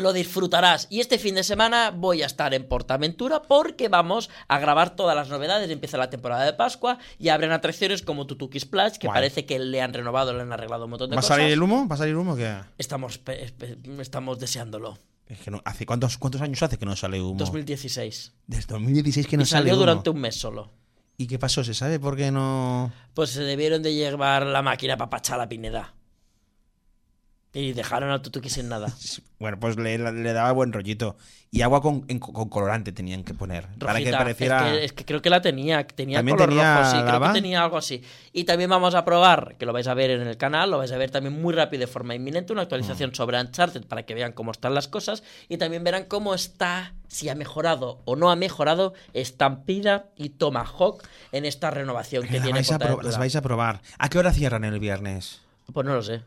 Lo disfrutarás. Y este fin de semana voy a estar en Portaventura porque vamos a grabar todas las novedades. Empieza la temporada de Pascua y abren atracciones como Tutuki Splash, que Guay. parece que le han renovado, le han arreglado un montón de ¿Va a cosas. salir el humo? ¿Va a salir humo? ¿Qué? Estamos, pe- espe- estamos deseándolo. Es que no, hace, ¿cuántos, ¿Cuántos años hace que no sale humo? 2016. Desde 2016 que Y no sale salió humo. durante un mes solo. ¿Y qué pasó? ¿Se sabe por qué no...? Pues se debieron de llevar la máquina para pachar la Pineda. Y dejaron al Tutuki sin nada. Bueno, pues le, le daba buen rollito. Y agua con, en- con colorante tenían que poner. para que Rojita. pareciera... Es que, es que creo que la tenía, que tenía ¿También color tenía rojo, sí, creo lava? que tenía algo así. Y también vamos a probar, que lo vais a ver en el canal, lo vais a ver también muy rápido de forma inminente, una Mm. actualización sobre Uncharted para que vean cómo están las cosas y también verán cómo está, si ha mejorado o no ha mejorado, Estampida y Tomahawk en esta renovación que Las tiene vais a pro- Portaventura. las vais a probar. ¿A qué hora cierran el viernes? Pues no lo sé.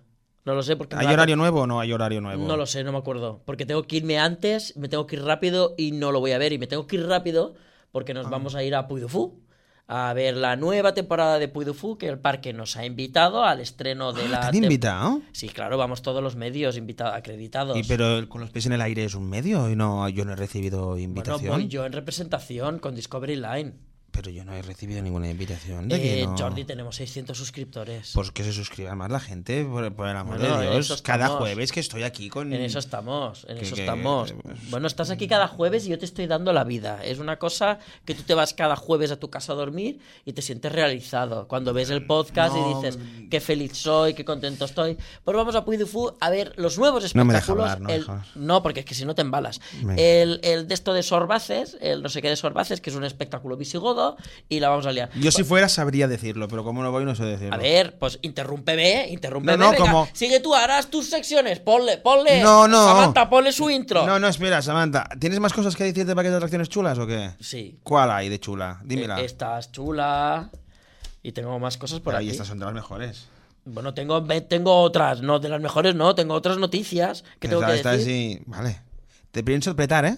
No lo sé porque me ¿Hay da- horario nuevo o no hay horario nuevo? No lo sé, no me acuerdo. Porque tengo que irme antes, me tengo que ir rápido y no lo voy a ver. Y me tengo que ir rápido porque Ah. nos vamos a ir a Puidufú. A ver la nueva temporada de Puidufú que el parque nos ha invitado al estreno de Ah, la. ¿Te han tem- invitado? Sí, claro, vamos todos los medios invitados, acreditados. Y, pero el- con los pies en el aire es un medio y no, yo no he recibido bueno, invitación. voy yo en representación con Discovery Line. Pero yo no he recibido ninguna invitación. ¿De que Eh, no? Jordi, tenemos 600 suscriptores. Pues que se suscriban más la gente, por, por el amor Bueno, en de eso Dios. estamos. Cada jueves que estoy aquí con. En eso estamos, en Mm. Que- eso que- estamos. pues- Bueno, estás aquí cada jueves y yo te estoy dando la vida. Es una cosa que tú te vas cada jueves a tu casa a dormir y te sientes realizado. Cuando ves el podcast No, mm. y dices, qué feliz soy, qué contento estoy. Pues vamos a Puidufu a ver los nuevos No me espectáculos. deja hablar, no me el- deja hablar. no, porque es que si no te embalas. Venga. El, el de esto de Sorbaces, el no sé qué de Sorbaces, que es un espectáculo visigodo y la vamos a liar. Yo si fuera sabría decirlo, pero como no voy no sé decirlo. A ver, pues interrúmpeme, interrúmpeme. No, no, venga, como- Sigue tú, harás tus secciones, ponle, ponle. No, no. Samantha, ponle su intro. No, no, espera, Samantha. ¿Tienes más cosas que decirte para que de atracciones chulas o qué? Sí. ¿Cuál hay de chula? Dímela. Eh, Estás chula. Y tengo más cosas por Pero aquí. ahí estas son de las mejores. Bueno, tengo, ve- tengo otras, no de las mejores, no, tengo otras noticias que tengo Esta- que esta decir. sí, Vale. Te pienso apretar, ¿eh?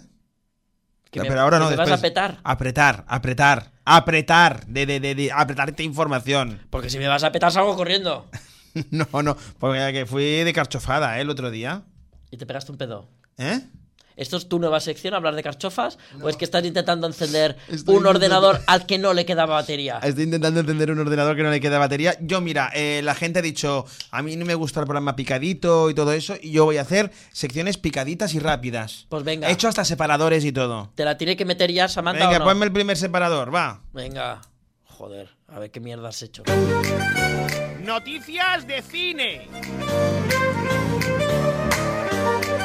que No, me- pero ahora que no, me después. vas a petar. Apretar, apretar, apretar. De, de, de, de apretarte información. Porque si me vas a petar salgo corriendo. No, no, porque que fui de carchofada, ¿eh? El otro día. Y te pegaste un pedo. ¿Eh? ¿Esto es tu nueva sección, hablar de carchofas? ¿O es que estás intentando encender Estoy un intentando- ordenador al que no le quedaba batería? Estoy intentando encender un ordenador que no le queda batería. Yo, mira, eh, la gente ha dicho, a mí no me gusta el programa picadito y todo eso, y yo voy a hacer secciones picaditas y rápidas. Pues venga. He hecho hasta separadores y todo. ¿Te la tiene que meter ya, Samantha? Venga, pues o no? ponme el primer separador, va. Venga. Joder, a ver qué mierda has hecho. Noticias de cine.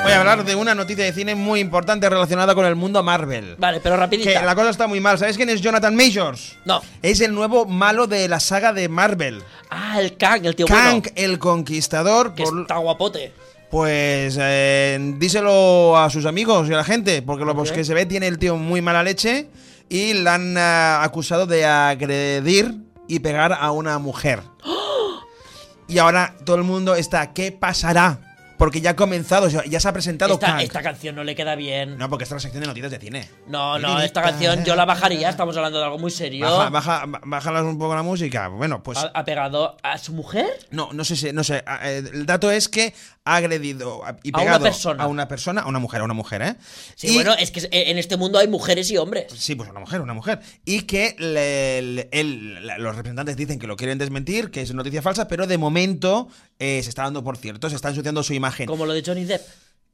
Voy a hablar de una noticia de cine muy importante relacionada con el mundo Marvel. Vale, pero Que rapidita. la cosa está muy mal. ¿Sabes quién es Jonathan Majors? No. Es el nuevo malo de la saga de Marvel. Ah, el Kang, el tío Kang bueno. el Conquistador. Que por- está guapote. Pues eh, díselo a sus amigos y a la gente, porque lo pues, Ok. que se ve tiene el tío muy mala leche y la han ah, acusado de agredir y pegar a una mujer. Y ahora todo el mundo está, ¿qué pasará? Porque ya ha comenzado, o sea, ya se ha presentado Esta, Kang. esta canción no le queda bien. No, No, porque esta es la sección de noticias de cine. no, esta canción yo la bajaría. Estamos hablando de algo muy serio. Baja, baja, ba- bájalas un poco la música. Bueno, pues Ha, ha pegado a su mujer? No, no sé, si- no sé. a- eh, El dato es que ha agredido a- y A una pegado persona. a una persona, a una mujer, a una mujer, ¿eh? Sí, Y- bueno, es que en este mundo hay mujeres y hombres. Sí, pues una mujer, una mujer. Y que le- le- él- la- los representantes dicen que lo quieren desmentir, que es noticia falsa, pero de momento eh, se está dando por cierto, se está ensuciando su imagen. Como lo de Johnny Depp.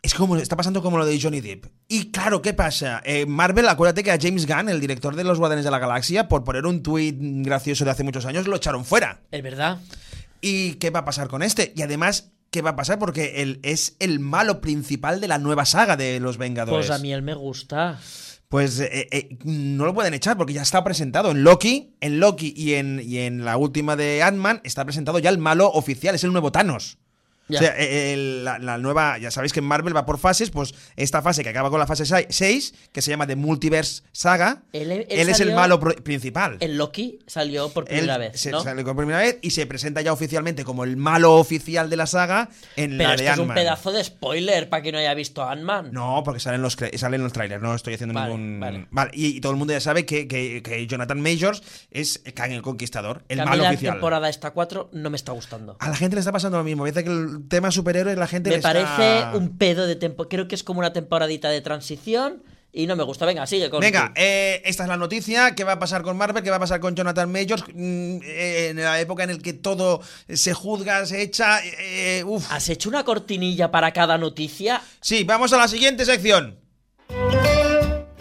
Es como, está pasando como lo de Johnny Depp. Y claro, ¿qué pasa? Eh, Marvel, acuérdate que a James Gunn, el director de Los Guardianes de la Galaxia, por poner un tuit gracioso de hace muchos años, lo echaron fuera. Es verdad. Pues, ¿Y qué va a pasar con este? Y además, ¿qué va a pasar? Porque él es el malo principal de la nueva saga de los Vengadores. Pues a mí él me gusta. Pues, eh, eh, no lo pueden echar porque ya está presentado en Loki, en Loki y en, y en la última de Ant-Man está presentado ya el malo oficial, es el nuevo Thanos. Ya. O sea, eh, el- la, la nueva, ya sabéis que en Marvel va por fases, pues esta fase que acaba con la fase 6, que se llama The Multiverse Saga, Él- e-, es él el salió- malo pro- principal. El Loki salió por Él primera vez, se ¿no? sale por primera vez y se presenta ya oficialmente como el malo oficial de la saga en Pero la esto de es un Ant-Man. pedazo de spoiler para que no haya visto Ant-Man. No, porque salen los, cre- salen los trailers, no estoy haciendo Vale, ningún. vale. y, y todo el mundo ya sabe que, que- que Jonathan Majors es Kang el Conquistador, el Que a mí malo la oficial. temporada esta 4 no me está gustando. A la gente le está pasando lo mismo. Parece que el tema superhéroes la gente Me le está- parece un pedo de tiempo. Creo que es como una temporadita de transición y no me gusta. Venga, sigue con. Venga, tu- eh, esta es la noticia. ¿Qué va a pasar con Marvel? ¿Qué va a pasar con Jonathan Majors? Mm, eh, en la época en la que todo se juzga, se echa. eh, eh, uf. ¿Has hecho una cortinilla para cada noticia? Sí, vamos a la siguiente sección.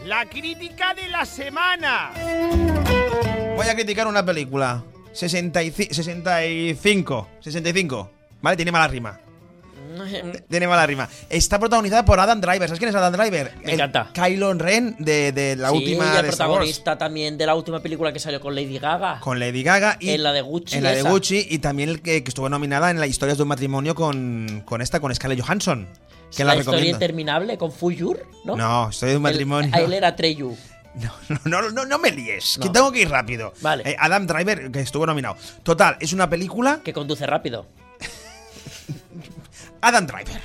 La crítica de la semana. Voy a criticar una película. 65. 65. 65. Vale, tiene mala rima. Tiene mala rima. Está protagonizada por Adam Driver. ¿Sabes quién es Adam Driver? Me encanta. Kylon Ren de, de la Sí, última y el de Star Wars. protagonista también de la última película que salió con Lady Gaga. Con Lady Gaga y. En la de Gucci En la de esa. Gucci y también el que, que estuvo nominada en las historias de un matrimonio con, con esta, con Scarlett Johansson. Que la, la historia recomiendo. interminable con Fuyur, ¿no? No, historia de un Él- matrimonio. a Él, era Treyu. No, no, no, no, no me líes, que No. tengo que ir rápido. Vale. Eh, Adam Driver, que estuvo nominado. Total, es una película que conduce rápido. Adam Driver.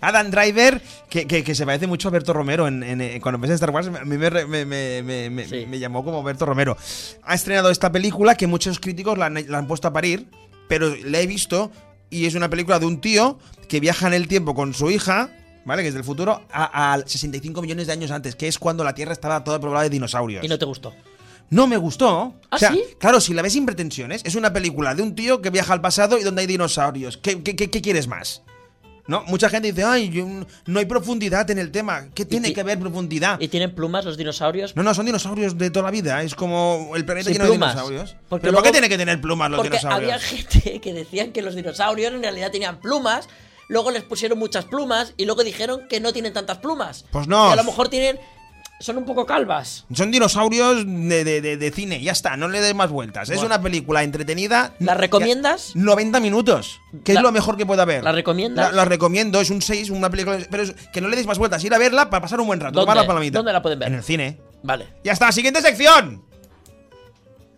Adam Driver, que, que- que se parece mucho a Berto Romero. En, en- eh, cuando pensé en Star Wars, a mí me, re- me- me- me- me- Sí. me llamó como Berto Romero. Ha estrenado esta película que muchos críticos la han, la han puesto a parir, pero la he visto y es una película de un tío que viaja en el tiempo con su hija, ¿vale? Que es del futuro, a, a 65 millones de años antes, que es cuando la Tierra estaba toda poblada de dinosaurios. Y no te gustó. No me gustó. ¿Ah, o sea, sí? claro, si la ves sin pretensiones, es una película de un tío que viaja al pasado y donde hay dinosaurios. ¿Qué, qué- qué- qué quieres más? ¿No? Mucha gente dice, ay, yo- no hay profundidad en el tema. ¿Qué tiene ti- que ver profundidad? ¿Y tienen plumas los dinosaurios? Ah. No, no, son dinosaurios de toda la vida. Es como el planeta Sin lleno plumas. de dinosaurios. Porque ¿Pero por luego- qué tiene que tener plumas los Porque dinosaurios? había gente que decían que los dinosaurios en realidad tenían plumas, luego les pusieron muchas plumas y luego dijeron que no tienen tantas plumas. Pues no. Que a lo mejor tienen. Son un poco calvas. Son dinosaurios de, de- de- de cine, ya está, no le des más vueltas. Es Bueno. una película entretenida. ¿La recomiendas? 90 minutos, que La- es lo mejor que puede haber. ¿La recomiendas? La, la recomiendo, es un 6, una película. Pero es- que no le des más vueltas, ir a verla para pasar un buen rato. ¿Dónde? tomar la palomita. ¿Dónde la pueden ver? En el cine. Vale. Ya está, siguiente sección.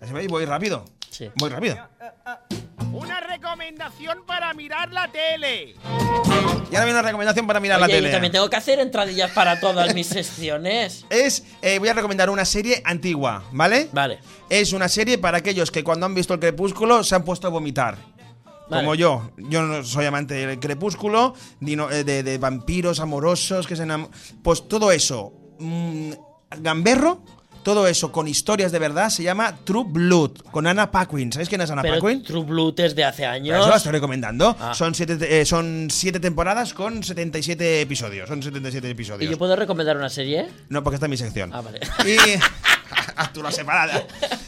Así veis, Voy rápido. Sí. Voy rápido. Una recomendación para mirar la tele. Y ahora viene una recomendación para mirar Oye, la tele. yo también tengo que hacer entradillas para todas mis secciones. Es, eh, voy a recomendar una serie antigua, ¿vale? Vale. Es una serie para aquellos que cuando han visto el crepúsculo se han puesto a vomitar. Como yo. Yo no soy amante del crepúsculo, dino- eh, de, de vampiros amorosos que se enam- Pues todo eso. mm, gamberro. Todo eso con historias de verdad se llama True Blood, con Anna Paquin. ¿Sabéis quién es Anna Pero Paquin? True Blood es de hace Por Eso lo años. estoy recomendando. Ah. Son, siete, te- eh, son siete temporadas con 77 episodios. Son 77 ¿Y episodios. yo puedo recomendar una serie? No, porque está en mi sección. Ah, vale. Y. Ah, Tú la separada.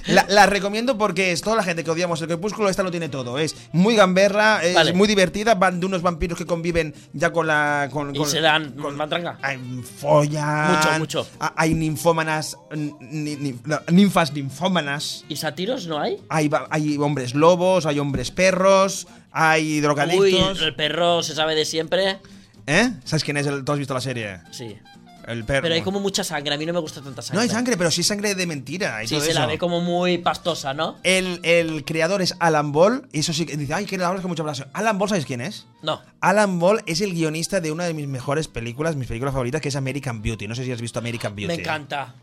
La, la recomiendo porque es toda la gente que odiamos el crepúsculo, esta lo tiene todo. Es muy gamberra, es Vale. muy divertida, van de unos vampiros que conviven ya con la. Con, Y con- se dan mandranga. Ay, follan. Mucho, mucho. Ah, Hay ninfómanas. n- ni- ni- no, ninfas ninfómanas. ¿Y satiros no hay? Hay, va- hay hombres lobos, hay hombres perros, hay Uy, drogadictos. el perro se sabe de siempre. ¿Eh? ¿Sabes quién es? El, ¿Tú has visto la serie? Sí. El perro. Pero hay como mucha sangre. A mí no me gusta tanta No sangre. hay sangre, pero sí sangre de mentira. y Sí, todo se la eso. ve como muy pastosa, ¿no? El, el creador es Alan Ball. Y eso sí que dice, ay, que hablas con mucha pasión. Alan Ball, ¿sabes quién es? No. Alan Ball es el guionista de una de mis mejores películas, mis películas favoritas, que es American Beauty. No sé si has visto American Beauty. Me encanta.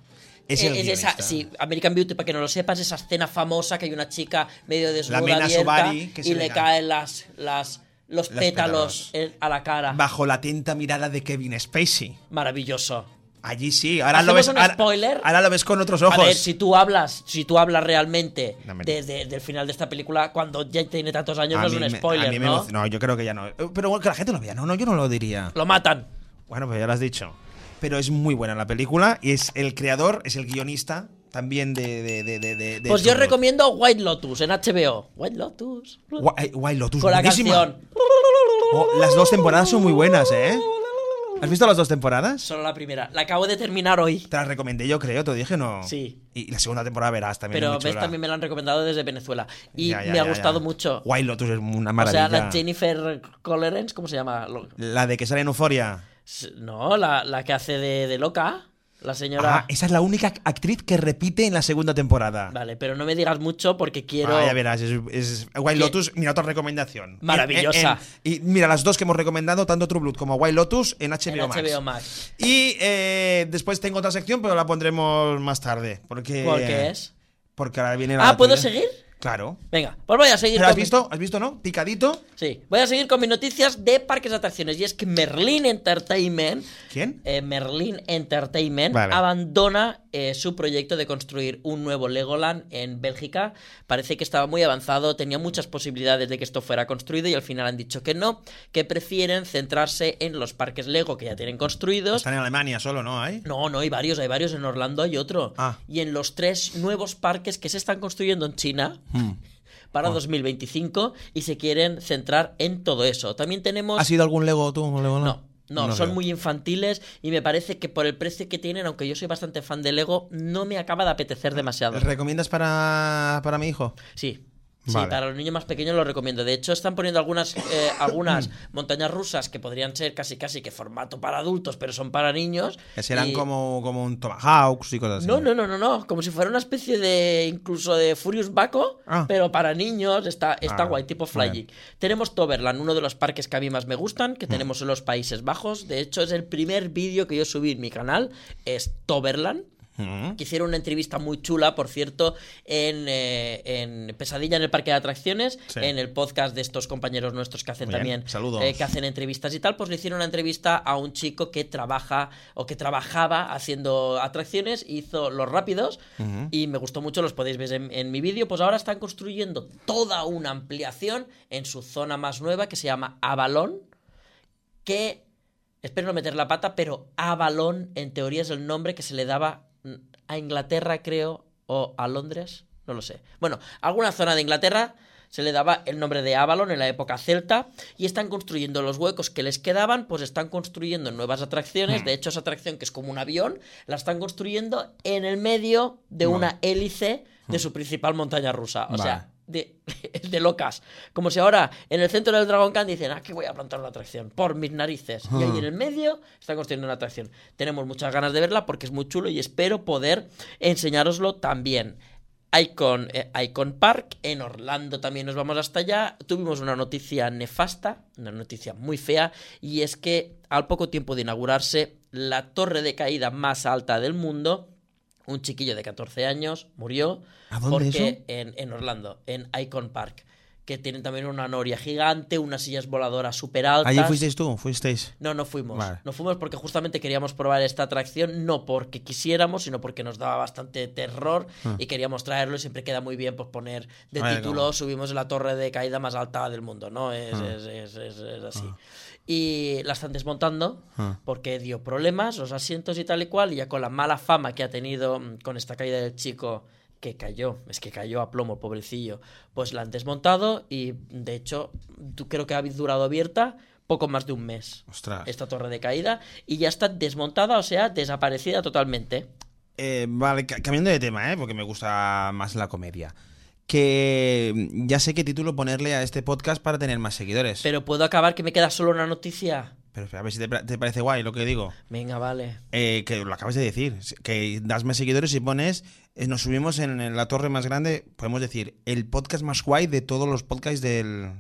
Es Eh, el esa, guionista. sí, American Beauty, para que no lo sepas, esa escena famosa que hay una chica medio desnuda Mena abierta Sobari, que se y le le cae. caen las, las, los Las pétalos pétalos. en- a la cara. Bajo la atenta mirada de Kevin Spacey. Maravilloso. Allí sí, ahora lo ¿Hacemos ves. un ahora, spoiler? ahora lo ves con otros ojos. A ver, si tú hablas, si tú hablas realmente No, me- desde el final de esta película, cuando ya tiene tantos años, A no es mí un me- spoiler, a mí me ¿no? emoc- yo creo que ya no. Pero bueno, que la gente lo vea. No, no, yo no lo diría. Lo matan. Bueno, pues ya lo has dicho. Pero es muy buena la película y es el creador, es el guionista también de. de, de, de, de- de Pues yo True Blood. recomiendo White Lotus en HBO. White Lotus. Gua- eh, Wild Lotus, Con la buenísima. canción. Oh, las dos temporadas son muy buenas, ¿eh? ¿Has visto las dos temporadas? Solo la primera. La acabo de terminar hoy. Te las recomendé yo, creo, te dije, ¿no? Sí. Y la segunda temporada verás también. Pero es muy ves, chula. también me la han recomendado desde Venezuela. Y Ya, ya, me ha ya, gustado ya. mucho. Wild Lotus es una o sea, maravilla. la Jennifer Colerens, ¿cómo se llama? Lo- La de que sale en Euforia. s- No, la, la que hace de, de loca. La señora. Ah, esa es la única actriz que repite en la segunda temporada. Vale, pero no me digas mucho porque quiero. Ah, ya verás, es, es- Wild Que- Lotus, mira otra recomendación. Maravillosa. En- en- y mira, las dos que hemos recomendado, tanto True Blood como Wild Lotus, en en HBO, Max. HBO Max. Y eh, después tengo otra sección, pero la pondremos más tarde. Porque, ¿Por qué es? Porque ahora viene la. Ah, ¿puedo tuya. seguir? Claro. Venga, pues voy a seguir ¿Pero ¿Has con mi- visto? ¿Has visto, no? Picadito. Sí, voy a seguir con mis noticias de parques de atracciones. Y es que Merlin Entertainment ¿Quién? eh, Merlin Entertainment Vale. abandona eh, su proyecto de construir un nuevo Legoland en Bélgica. Parece que estaba muy avanzado, tenía muchas posibilidades de que esto fuera construido y al final han dicho que no, que prefieren centrarse en los parques Lego que ya tienen construidos. Están en Alemania solo, ¿no? Ahí. No, no, hay varios, hay varios. En Orlando hay otro. Ah. Y en los tres nuevos parques que se están construyendo en China Hmm. para 2025 y se quieren centrar en todo eso. También tenemos... ¿Has ido a algún Lego tú? un Lego, No, no, lo son veo. muy infantiles y me parece que por el precio que tienen, aunque yo soy bastante fan de Lego, no me acaba de apetecer demasiado. ¿Recomiendas para, para mi hijo? Sí. Sí, Vale. para los niños más pequeños lo recomiendo. De hecho, están poniendo algunas, eh, algunas montañas rusas que podrían ser casi casi que formato para adultos, pero son para niños. Que serán Y- como, como un Tomahawks y cosas así. No, no, no, no, no. Como si fuera una especie de incluso de Furious Baco, Ah. pero para niños está, está Ah, guay, tipo muy bien. Mm. Flying. Tenemos Toverland, uno de los parques que a mí más me gustan, que tenemos en los Países Bajos. De hecho, es el primer vídeo que yo subí en mi canal, es Toverland. Mm. Que hicieron una entrevista muy chula, por cierto, en, eh, en Pesadilla en el Parque de Atracciones, Sí. en el podcast de estos compañeros nuestros que hacen Muy bien, también, saludos. eh, que hacen entrevistas y tal, pues le hicieron una entrevista a un chico que trabaja o que trabajaba haciendo atracciones, hizo Los Rápidos y me gustó mucho, los podéis ver en, en mi vídeo, pues ahora están construyendo toda una ampliación en su zona más nueva que se llama Avalon, que espero no meter la pata, pero Avalon en teoría es el nombre que se le daba mm, a Inglaterra, creo, o a Londres, no lo sé. Bueno, alguna zona de Inglaterra se le daba el nombre de Avalon en la época celta y están construyendo los huecos que les quedaban, pues están construyendo nuevas atracciones, de hecho esa atracción que es como un avión, la están construyendo en el medio de una hélice de su principal montaña rusa, o sea, Vale. de, de locas. Como si ahora en el centro del Dragon Khan dicen, aquí voy a plantar una atracción, por mis narices. Y ahí en el medio está construyendo una atracción. Tenemos muchas ganas de verla porque es muy chulo y espero poder enseñároslo también. Icon, eh, Icon Park, en Orlando también nos vamos hasta allá. Tuvimos una noticia nefasta, una noticia muy fea, y es que al poco tiempo de inaugurarse, la torre de caída más alta del mundo, un chiquillo de 14 años murió ¿A dónde porque eso? en, en Orlando, en Icon Park. que tienen también una noria gigante, unas sillas voladoras súper altas. ¿Allí fuisteis tú? ¿Fuisteis? No, no fuimos. Vale. No fuimos porque justamente queríamos probar esta atracción, no porque quisiéramos, sino porque nos daba bastante terror y queríamos traerlo. Y siempre queda muy bien pues, poner de Ah. Vale, título, como- Ah. subimos la torre de caída más alta del mundo, ¿no? Es, es- es- es- es así. Y la están desmontando Ah. porque dio problemas, los asientos y tal y cual, y ya con la mala fama que ha tenido mm, con esta caída del chico que cayó, es que cayó a plomo, pobrecillo, pues la han desmontado y de hecho tú- creo que ha durado abierta poco más de un mes Ostras. esta torre de caída y ya está desmontada, o sea, desaparecida totalmente. Eh, vale, ca- cambiando de tema, ¿eh? porque me gusta más la comedia. Que mm, ya sé qué título ponerle a este podcast para tener más seguidores. Pero, Pero puedo acabar que me queda solo una noticia. a ver si te, pa- te parece guay lo que digo. Venga, vale. Eh, que lo acabas de decir. Que das más seguidores y pones. eh, nos subimos en, en la torre más grande. Podemos decir, el podcast más guay de todos los podcasts del.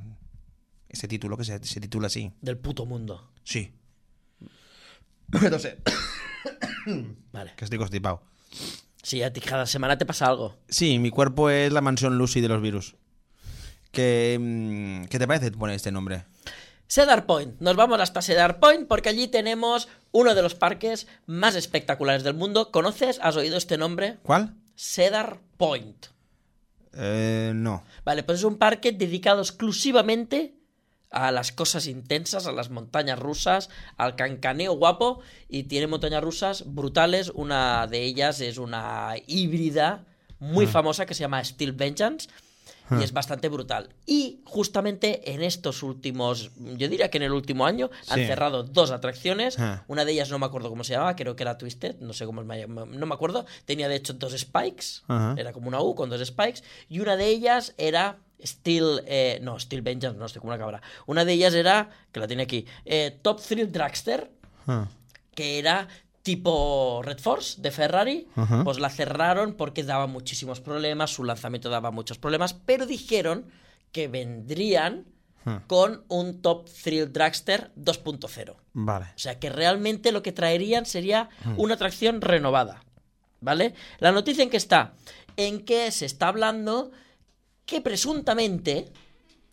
Ese título que se, se titula así. Del puto mundo. Sí. Entonces, Vale. que estoy constipado. Sí, a ti cada semana te pasa algo. Sí, mi cuerpo es la mansión Lucy de los virus. Que, mm, ¿Qué te parece poner este nombre? Cedar Point. Nos vamos hasta Cedar Point porque allí tenemos uno de los parques más espectaculares del mundo. ¿Conoces? ¿Has oído este nombre? ¿Cuál? Cedar Point. Eh, no. Vale, pues es un parque dedicado exclusivamente a las cosas intensas, a las montañas rusas, al cancaneo guapo y tiene montañas rusas brutales. Una de ellas es una híbrida Ah. muy famosa que se llama Steel Vengeance. Y es bastante brutal. Y justamente en estos últimos, yo diría que en el último año, han Sí. cerrado dos atracciones. Ah. Una de ellas no me acuerdo cómo se llamaba, creo que era Twisted, no sé cómo es, ma- no me acuerdo. Tenía de hecho dos spikes, Ajá. era como una U con dos spikes. Y una de ellas era Steel. eh, no, Steel Vengeance, no estoy como una cabra. Una de ellas era, que la tiene aquí, eh, Top Thrill Dragster, Ah, que era tipo Red Force de Ferrari. Ajá. Pues la cerraron porque daba muchísimos problemas, su lanzamiento daba muchos problemas, pero dijeron que vendrían Ah. con un Top Thrill Dragster 2.0. Vale. O sea que realmente lo que traerían sería Hmm. una atracción renovada. ¿Vale? La noticia en que está, en que se está hablando que presuntamente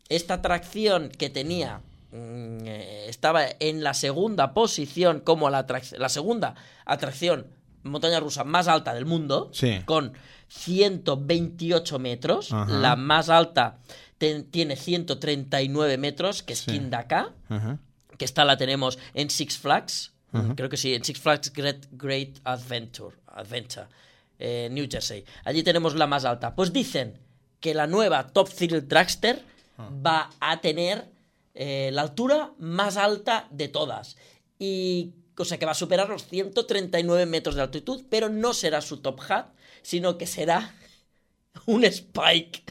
esta atracción que tenía mm, eh, estaba en la segunda posición como la, atrac- la segunda atracción montaña rusa más alta del mundo, Sí. con 128 metros, Ajá. la más alta te- tiene 139 metros, que es Sí. Kindaka Ajá. que esta la tenemos en Six Flags, creo que sí, en Six Flags Great, Great Adventure, Adventure, eh, New Jersey. Allí tenemos la más alta. Pues dicen que la nueva Top Thrill Dragster Ah. va a tener eh, la altura más alta de todas. Y, o sea, que va a superar los 139 metros de altitud, pero no será su top hat, sino que será un spike.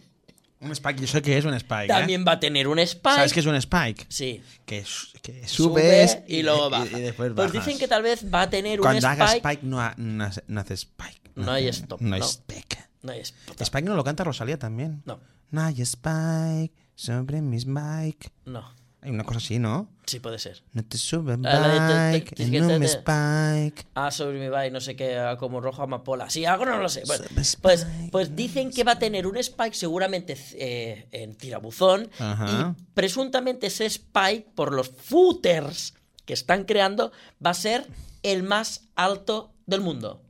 Un spike, yo sé que es un spike. ¿eh? También va a tener un spike. ¿Sabes que es un spike? Sí Que, su- que sube subes y luego baja. y- y después pues bajas. dicen que tal vez va a tener Cuando un hagas spike. spike no, ha- no hace- no hace spike. No hay hace- stop, No hay no. spike. No hay spike. Spike no lo canta Rosalía también. No, No hay spike sobre mis bike. no. Hay una cosa así, ¿no? Sí puede ser. No te subes Ah, la de te- bike, te- te- en un te- te- spike. Ah, sobre mi bike, no sé qué, ah, como rojo amapola. Sí, algo no lo sé. Bueno, Sobre spike, pues, pues dicen que va a tener un spike seguramente eh, en tirabuzón. Ajá. Y presuntamente ese spike, por los footers que están creando, va a ser el más alto del mundo.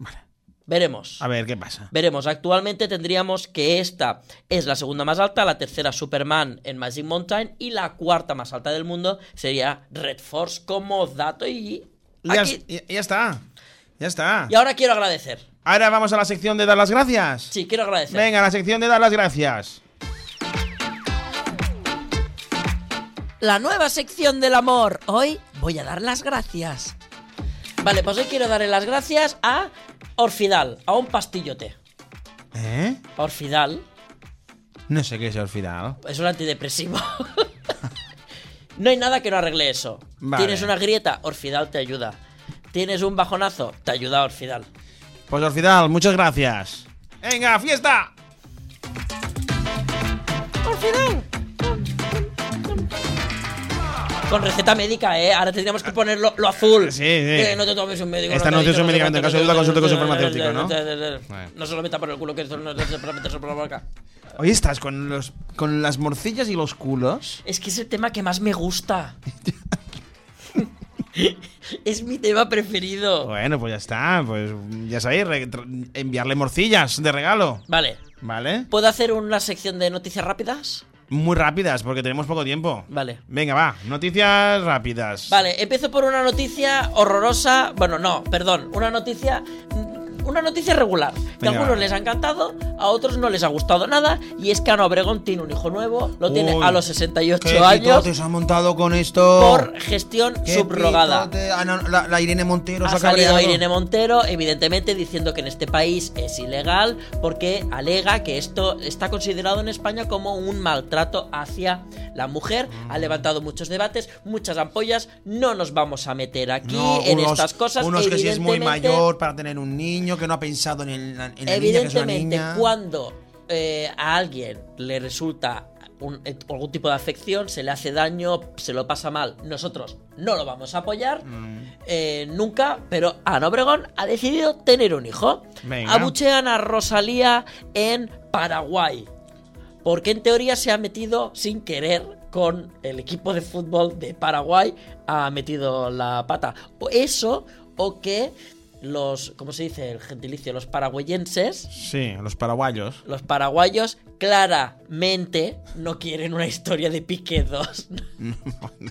Veremos. A ver, ¿qué pasa? Veremos, actualmente tendríamos que esta es la segunda más alta, la tercera Superman en Magic Mountain y la cuarta más alta del mundo sería Red Force como dato y... Ya, aquí- es- ya- ya está. Ya está. Y ahora quiero agradecer. Ahora vamos a la sección de dar las gracias. Sí, quiero agradecer. Venga, la sección de dar las gracias. La nueva sección del amor. Hoy voy a dar las gracias. Vale, pues hoy quiero darle las gracias a Orfidal, a un pastillote. ¿Eh? Orfidal No sé qué es Orfidal. es un antidepresivo. no hay nada que no arregle eso. Vale. Tienes una grieta, Orfidal te ayuda. Tienes un bajonazo, te ayuda Orfidal. Pues Orfidal, muchas gracias. Venga, fiesta. Con receta médica, ¿eh? Ahora tendríamos que ponerlo lo azul. Sí, sí. Que no te tomes un médico. Esta te no te dice, es un sé medicamento, en caso cuánto, de duda, no te- consulte con su no te- farmacéutico, ¿no? te- No se lo meta por el culo, que eso no no se puede meterse por la boca. Hoy estás con, los, con las morcillas y los culos. Es que es el tema que más me gusta. es mi tema preferido. Bueno, pues ya está. Pues ya sabéis, re- tra- enviarle morcillas de regalo. Vale. ¿Vale? ¿Puedo hacer una sección de noticias rápidas? Muy rápidas, porque tenemos poco tiempo. Vale. Venga, va. Noticias rápidas. Vale, empiezo por una noticia horrorosa. Bueno, no, perdón. Una noticia. Una noticia regular. Que Venga, a algunos va. les ha encantado, a otros no les ha gustado nada. Y es que Ana Obregón tiene un hijo nuevo, lo tiene Uy, a los 68 ¿Qué años pitotes ha montado con esto? por gestión ¿Qué subrogada. pitote? Ah, no, la, la Irene Montero se Ha ha salido cabreado. Irene Montero, evidentemente, diciendo que en este país es ilegal porque alega que esto está considerado en España como un maltrato hacia la mujer. Mm. Ha levantado muchos debates, muchas ampollas. No nos vamos a meter aquí No, en unos- estas cosas. Unos que si es muy Evidentemente- mayor para tener un niño, que no ha pensado en, el, en la niña, que es una Evidentemente, niña. cuando eh, a alguien le resulta un- eh, algún tipo de afección, se le hace daño, se lo pasa mal, nosotros no lo vamos a apoyar. eh, nunca, pero Ana Obregón ha decidido tener un hijo. Venga. Abuchean a Rosalía en Paraguay. Porque en teoría se ha metido sin querer con el equipo de fútbol de Paraguay. Ha metido la pata. O eso, o que los. ¿Cómo se dice el gentilicio? Los paraguayenses. Sí, los paraguayos. Los paraguayos claramente no quieren una historia de Piqué 2.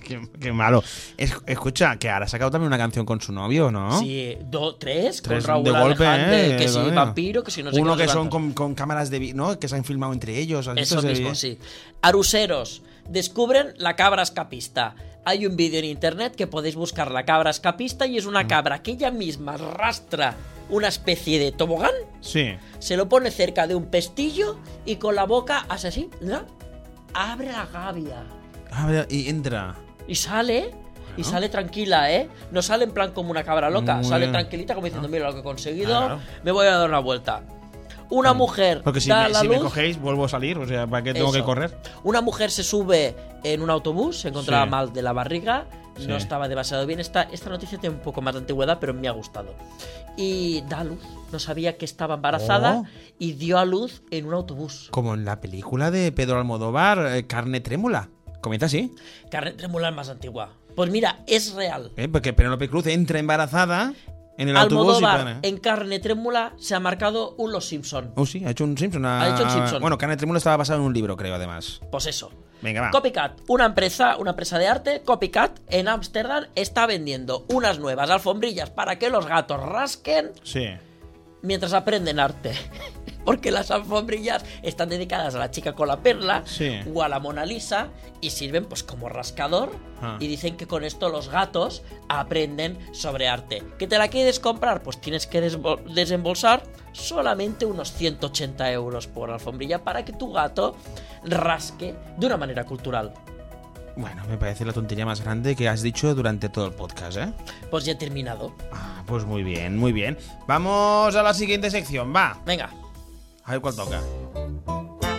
qué, qué malo. Es- escucha, que ahora ha sacado también una canción con su novio, ¿no? Sí, dos, tres, Tres con Raúl de golpe, Alejandre, ¿eh? que si Coño. vampiro, que si no sé Uno qué, no sé que son cuánto. con, con cámaras de... vi- ¿No? Que se han filmado entre ellos. ¿has visto Eso ese mismo, vídeo? sí. Aruseros. Descubren la cabra escapista. Hay un vídeo en internet que podéis buscar la cabra escapista y es una Mm. cabra que ella misma arrastra una especie de tobogán, Sí. se lo pone cerca de un pestillo y con la boca hace así, ¿no? abre la gavia A ver, Ah, y entra. y sale y sale tranquila, ¿eh? No sale en plan como una cabra loca, Muy sale bien. Ah. tranquilita como diciendo, mira lo que he conseguido, Claro. me voy a dar una vuelta. Una mujer Porque si, da me, la si me luz- cogéis, vuelvo a salir. O sea, ¿para qué tengo Eso. que correr? Una mujer se sube en un autobús, se encontraba Sí. mal de la barriga, no Sí. estaba demasiado bien. Esta, esta noticia tiene un poco más de antigüedad, pero me ha gustado. Y da a luz, no sabía que estaba embarazada Oh. y dio a luz en un autobús. Como en la película de Pedro Almodóvar, eh, Carne Trémula. Comenta así. Carne tremular más antigua. Pues mira, es real. ¿eh? Porque Penélope Cruz entra embarazada en el autobús y ¿eh? Almodóvar para. en carne trémula se ha marcado un Los Simpson. Oh, sí, ha hecho un Simpson. Ha hecho un Simpson. Bueno, Carne Trémula estaba basado en un libro, creo, además. Pues eso. Venga, va. Copycat, una empresa, una empresa de arte, Copycat, en Ámsterdam está vendiendo unas nuevas alfombrillas para que los gatos rasquen Sí. mientras aprenden arte. Porque las alfombrillas están dedicadas a la chica con la perla Sí. o a la Mona Lisa y sirven pues como rascador Ah. y dicen que con esto los gatos aprenden sobre arte. ¿Que te la quieres comprar? Pues tienes que desbo- desembolsar solamente unos 180 euros por alfombrilla para que tu gato rasque de una manera cultural. Bueno, me parece la tontería más grande que has dicho durante todo el podcast, ¿eh? Pues ya he terminado. Ah, pues muy bien, muy bien. Vamos a la siguiente sección, va. Venga, A ver cuál toca.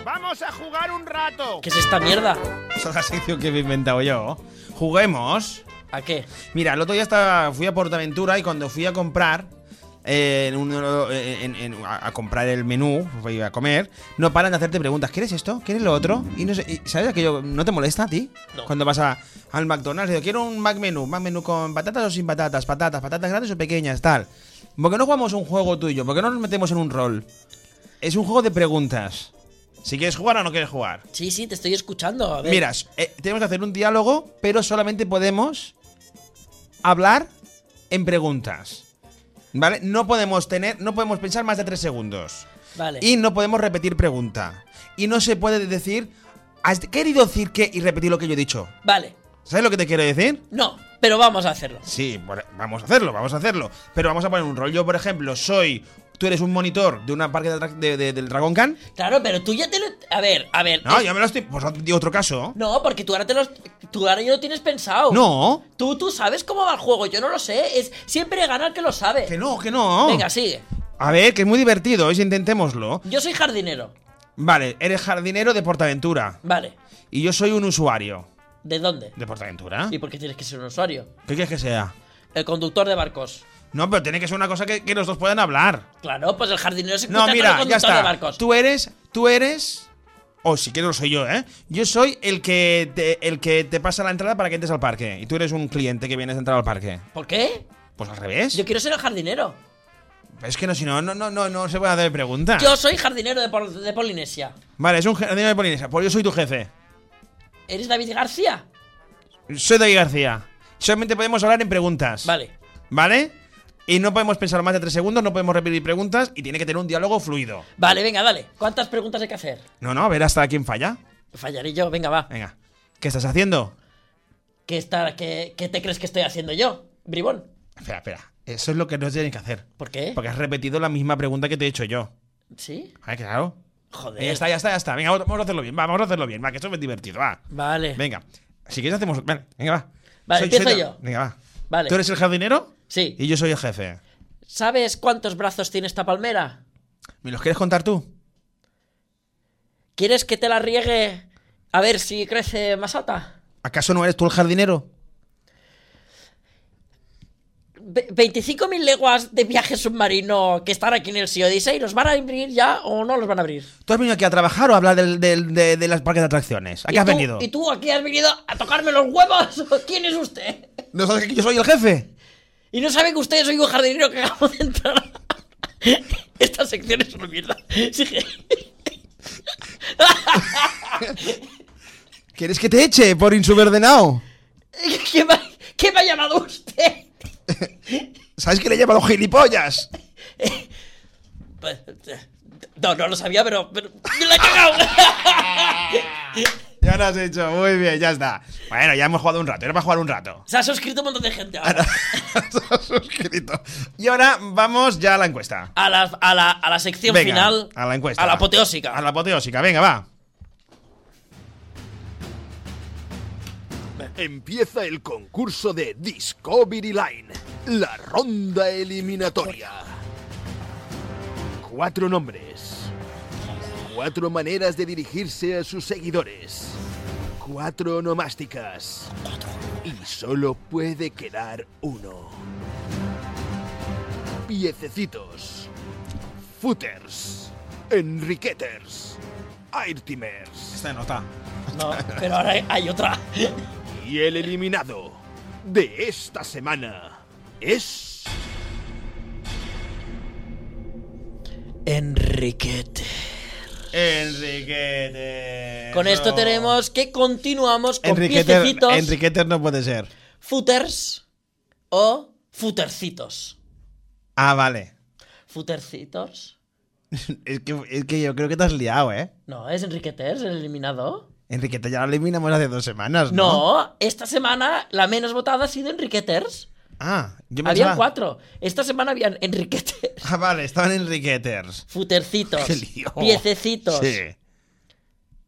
Vamos a jugar un rato. ¿qué es esta mierda? Esa es la sección que me he inventado yo. Juguemos. ¿A qué? Mira, el otro día estaba, fui a Portaventura y cuando fui a comprar. eh, en uno- en- en- a, a comprar el menú, fui a comer, no paran de hacerte preguntas. ¿Quieres esto? ¿Quieres lo otro? Y no sé, y ¿sabes aquello? ¿No te molesta a ti? No. Cuando vas a- al McDonald's, digo, quiero un Mac Menú, Mac Menú con patatas o sin patatas, patatas, patatas grandes o pequeñas, tal. ¿Por qué no jugamos un juego tuyo? ¿Por qué no nos metemos en un rol? Es un juego de preguntas. Si quieres jugar o no quieres jugar. Sí, sí, te estoy escuchando. A ver. Mira, eh, tenemos que hacer un diálogo, pero solamente podemos hablar en preguntas. ¿Vale? No podemos tener, no podemos pensar más de tres segundos. Vale. Y no podemos repetir pregunta. Y no se puede decir, ¿has querido decir qué? Y repetir lo que yo he dicho. Vale. ¿Sabes lo que te quiero decir? No, pero vamos a hacerlo. Sí, bueno, vamos a hacerlo, vamos a hacerlo. Pero vamos a poner un rol. Yo, por ejemplo, soy. Tú eres un monitor de una parque de atrac- de- de- del Dragon Khan. Claro, pero tú ya te lo. A ver, a ver. No, es- yo me lo estoy. Pues otro caso. No, porque tú ahora te los. Tú ahora ya lo tienes pensado. No. Tú, tú sabes cómo va el juego, yo no lo sé. Es siempre ganar que lo sabe. Que no, que no. Venga, sigue. A ver, que es muy divertido, ¿eh? intentémoslo. Yo soy jardinero. Vale, eres jardinero de Portaventura Vale. y yo soy un usuario. ¿De dónde? ¿De Portaventura? ¿Y por qué tienes que ser un usuario? ¿Qué quieres que sea? El conductor de barcos. No, pero tiene que ser una cosa que, que los dos puedan hablar. Claro, pues el jardinero se No, encuentra mira, con el ya conductor de está. barcos. Tú eres, tú eres. O si quieres, lo soy yo, ¿eh? Yo soy el que, te, el que te pasa la entrada para que entres al parque. Y tú eres un cliente que vienes a entrar al parque. ¿Por qué? Pues al revés. Yo quiero ser el jardinero. Es que no, si no, no, no, no, no se puede hacer pregunta. Yo soy jardinero de, Pol- de Polinesia. Vale, es un jardinero de Polinesia. Pues yo soy tu jefe. ¿Eres David García? Soy David García. Solamente podemos hablar en preguntas. Vale. ¿Vale? Y no podemos pensar más de tres segundos, no podemos repetir preguntas y tiene que tener un diálogo fluido. Vale, venga, dale. ¿Cuántas preguntas hay que hacer? No, no, a ver hasta quién falla. Fallaré yo, venga, va. Venga. ¿Qué estás haciendo? ¿Qué, está, qué, qué te crees que estoy haciendo yo, bribón? Espera, espera. Eso es lo que no tienes que hacer. ¿Por qué? Porque has repetido la misma pregunta que te he hecho yo. ¿Sí? Ah, claro. Joder. Ya está, ya está, ya está. Venga, vamos a hacerlo bien. Va, vamos a hacerlo bien. Va, que esto es divertido. Va. Vale. Venga. Si quieres hacemos. Vale, venga, va. Vale, empiezo yo. Venga, va. Vale. Tú eres el jardinero Sí. y yo soy el jefe. ¿Sabes cuántos brazos tiene esta palmera? ¿Me los quieres contar tú? ¿Quieres que te la riegue a ver si crece más alta? ¿Acaso no eres tú el jardinero? Ve- 25.000 leguas de viaje submarino que están aquí en el Sea Odyssey, ¿los van a abrir ya o no los van a abrir? ¿Tú has venido aquí a trabajar o a hablar del- del- de, de las parques de atracciones? ¿A ¿Y qué has tú- venido? ¿Y tú aquí has venido a tocarme los huevos? ¿Quién es usted? ¿No sabes que yo soy el jefe? Y no sabe que usted soy un jardinero que acabo de entrar. Esta sección es una mierda. Sí que- ¿Quieres que te eche por insubordinado? ¿Qué me, ha- qué me ha llamado usted? ¿Sabes que le he llamado gilipollas? Pues, No, no lo sabía, pero. pero ¡Me la he cagado! Ya lo has hecho, muy bien, ya está. Bueno, ya hemos jugado un rato, era para jugar un rato. Se ha suscrito un montón de gente ahora. Se ha suscrito. Y ahora vamos ya a la encuesta. A la, a la, a la sección Venga, final. a la encuesta. A la apoteósica. A la apoteósica, venga, va. Empieza el concurso de Discovery Line, la ronda eliminatoria. Cuatro nombres. Cuatro maneras de dirigirse a sus seguidores. Cuatro onomásticas. Y solo puede quedar uno. Piececitos. Footers. Enriqueters. Airtimers. Esta nota. No, pero ahora hay- hay otra. Y el eliminado de esta semana es... Enriquete. Enriquete. Con esto tenemos que continuamos con Enriqueter, piececitos, Enriqueter no puede ser. footers o footercitos. Ah, vale. Footercitos. Es que, es que yo creo que te has liado, ¿eh? No, es Enriqueters el eliminado. Enriqueta ya la eliminamos hace dos semanas, ¿no? No, esta semana la menos votada ha sido Enriqueters. Ah, yo me Habían cuatro. Esta semana habían Enriqueters, Ah, vale, estaban Enriqueters. footercitos, Qué lío. piececitos, Sí,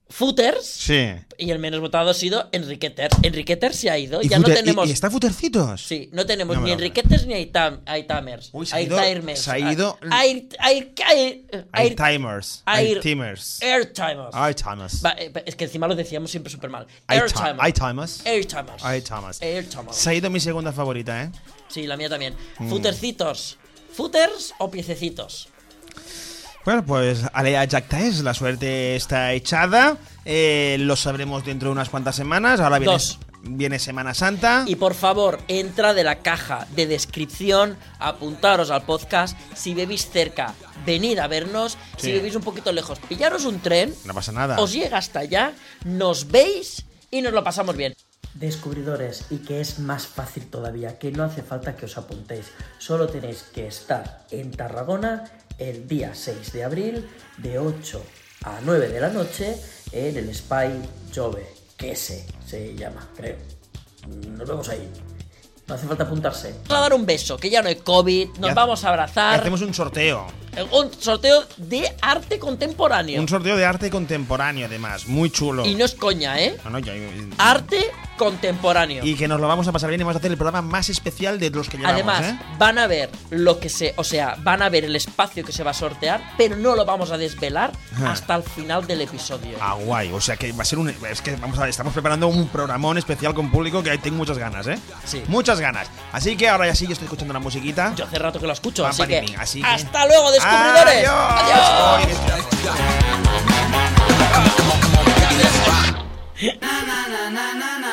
footers. sí. Y el menos votado ha sido Enriqueters. Enriqueters se ha ido. Ya no Futer- tenemos. ¿Y, y está Futercitos? Sí, no tenemos No me ni lo creo. Enriqueters ni Aitam- Aitamers. Uy, se ha ido- Airtimers. se ha ido- Air- air- air- air- Airtimers. air- Airtimers. Airtimers. Airtimers. Va, eh, Es que encima lo decíamos siempre súper mal. Airti- Airtimers. Airtimers. Airtimers. Airtimers. Airtimers. Se Mm. ha ido mi segunda favorita, ¿eh? Sí, la mía también. Footercitos. ¿Footers o piececitos? Bueno, pues Alea Jack Taes, la suerte está echada. Eh, lo sabremos dentro de unas cuantas semanas. Ahora viene, Dos. viene Semana Santa. Y por favor, entra de la caja de descripción, apuntaros al podcast. Si vivís cerca, venid a vernos. Si Sí. vivís un poquito lejos, pillaros un tren. No pasa nada. Os llega hasta allá, nos veis y nos lo pasamos bien. Descubridores, y que es más fácil todavía, que no hace falta que os apuntéis, solo tenéis que estar en Tarragona el día 6 de abril de 8 a 9 de la noche en el Spy Jove, que ese se llama, creo. Nos vemos ahí. No hace falta apuntarse. Vamos a dar un beso, que ya no hay COVID, nos Ya- vamos a abrazar. Hacemos un sorteo. Eh, Un sorteo de arte contemporáneo. Un sorteo de arte contemporáneo, además. Muy chulo. Y no es coña, ¿eh? No, no, ya- Arte contemporáneo. Y que nos lo vamos a pasar bien y vamos a hacer el programa más especial de los que llevamos, Además, ¿eh? van a ver lo que se. O sea, van a ver el espacio que se va a sortear, pero no lo vamos a desvelar Ajá. hasta el final del episodio. Ah, guay. O sea que va a ser un. Es que vamos a estamos preparando un programón especial con público que tengo muchas ganas, ¿eh? Sí. Muchas ganas. Así que ahora ya sí, yo estoy escuchando la musiquita. Yo hace rato que lo escucho, Va, así que, Panini, así que- ¡Hasta luego, descubridores! ¡Adiós! ¡Adiós! Oye, estoy- na na na na na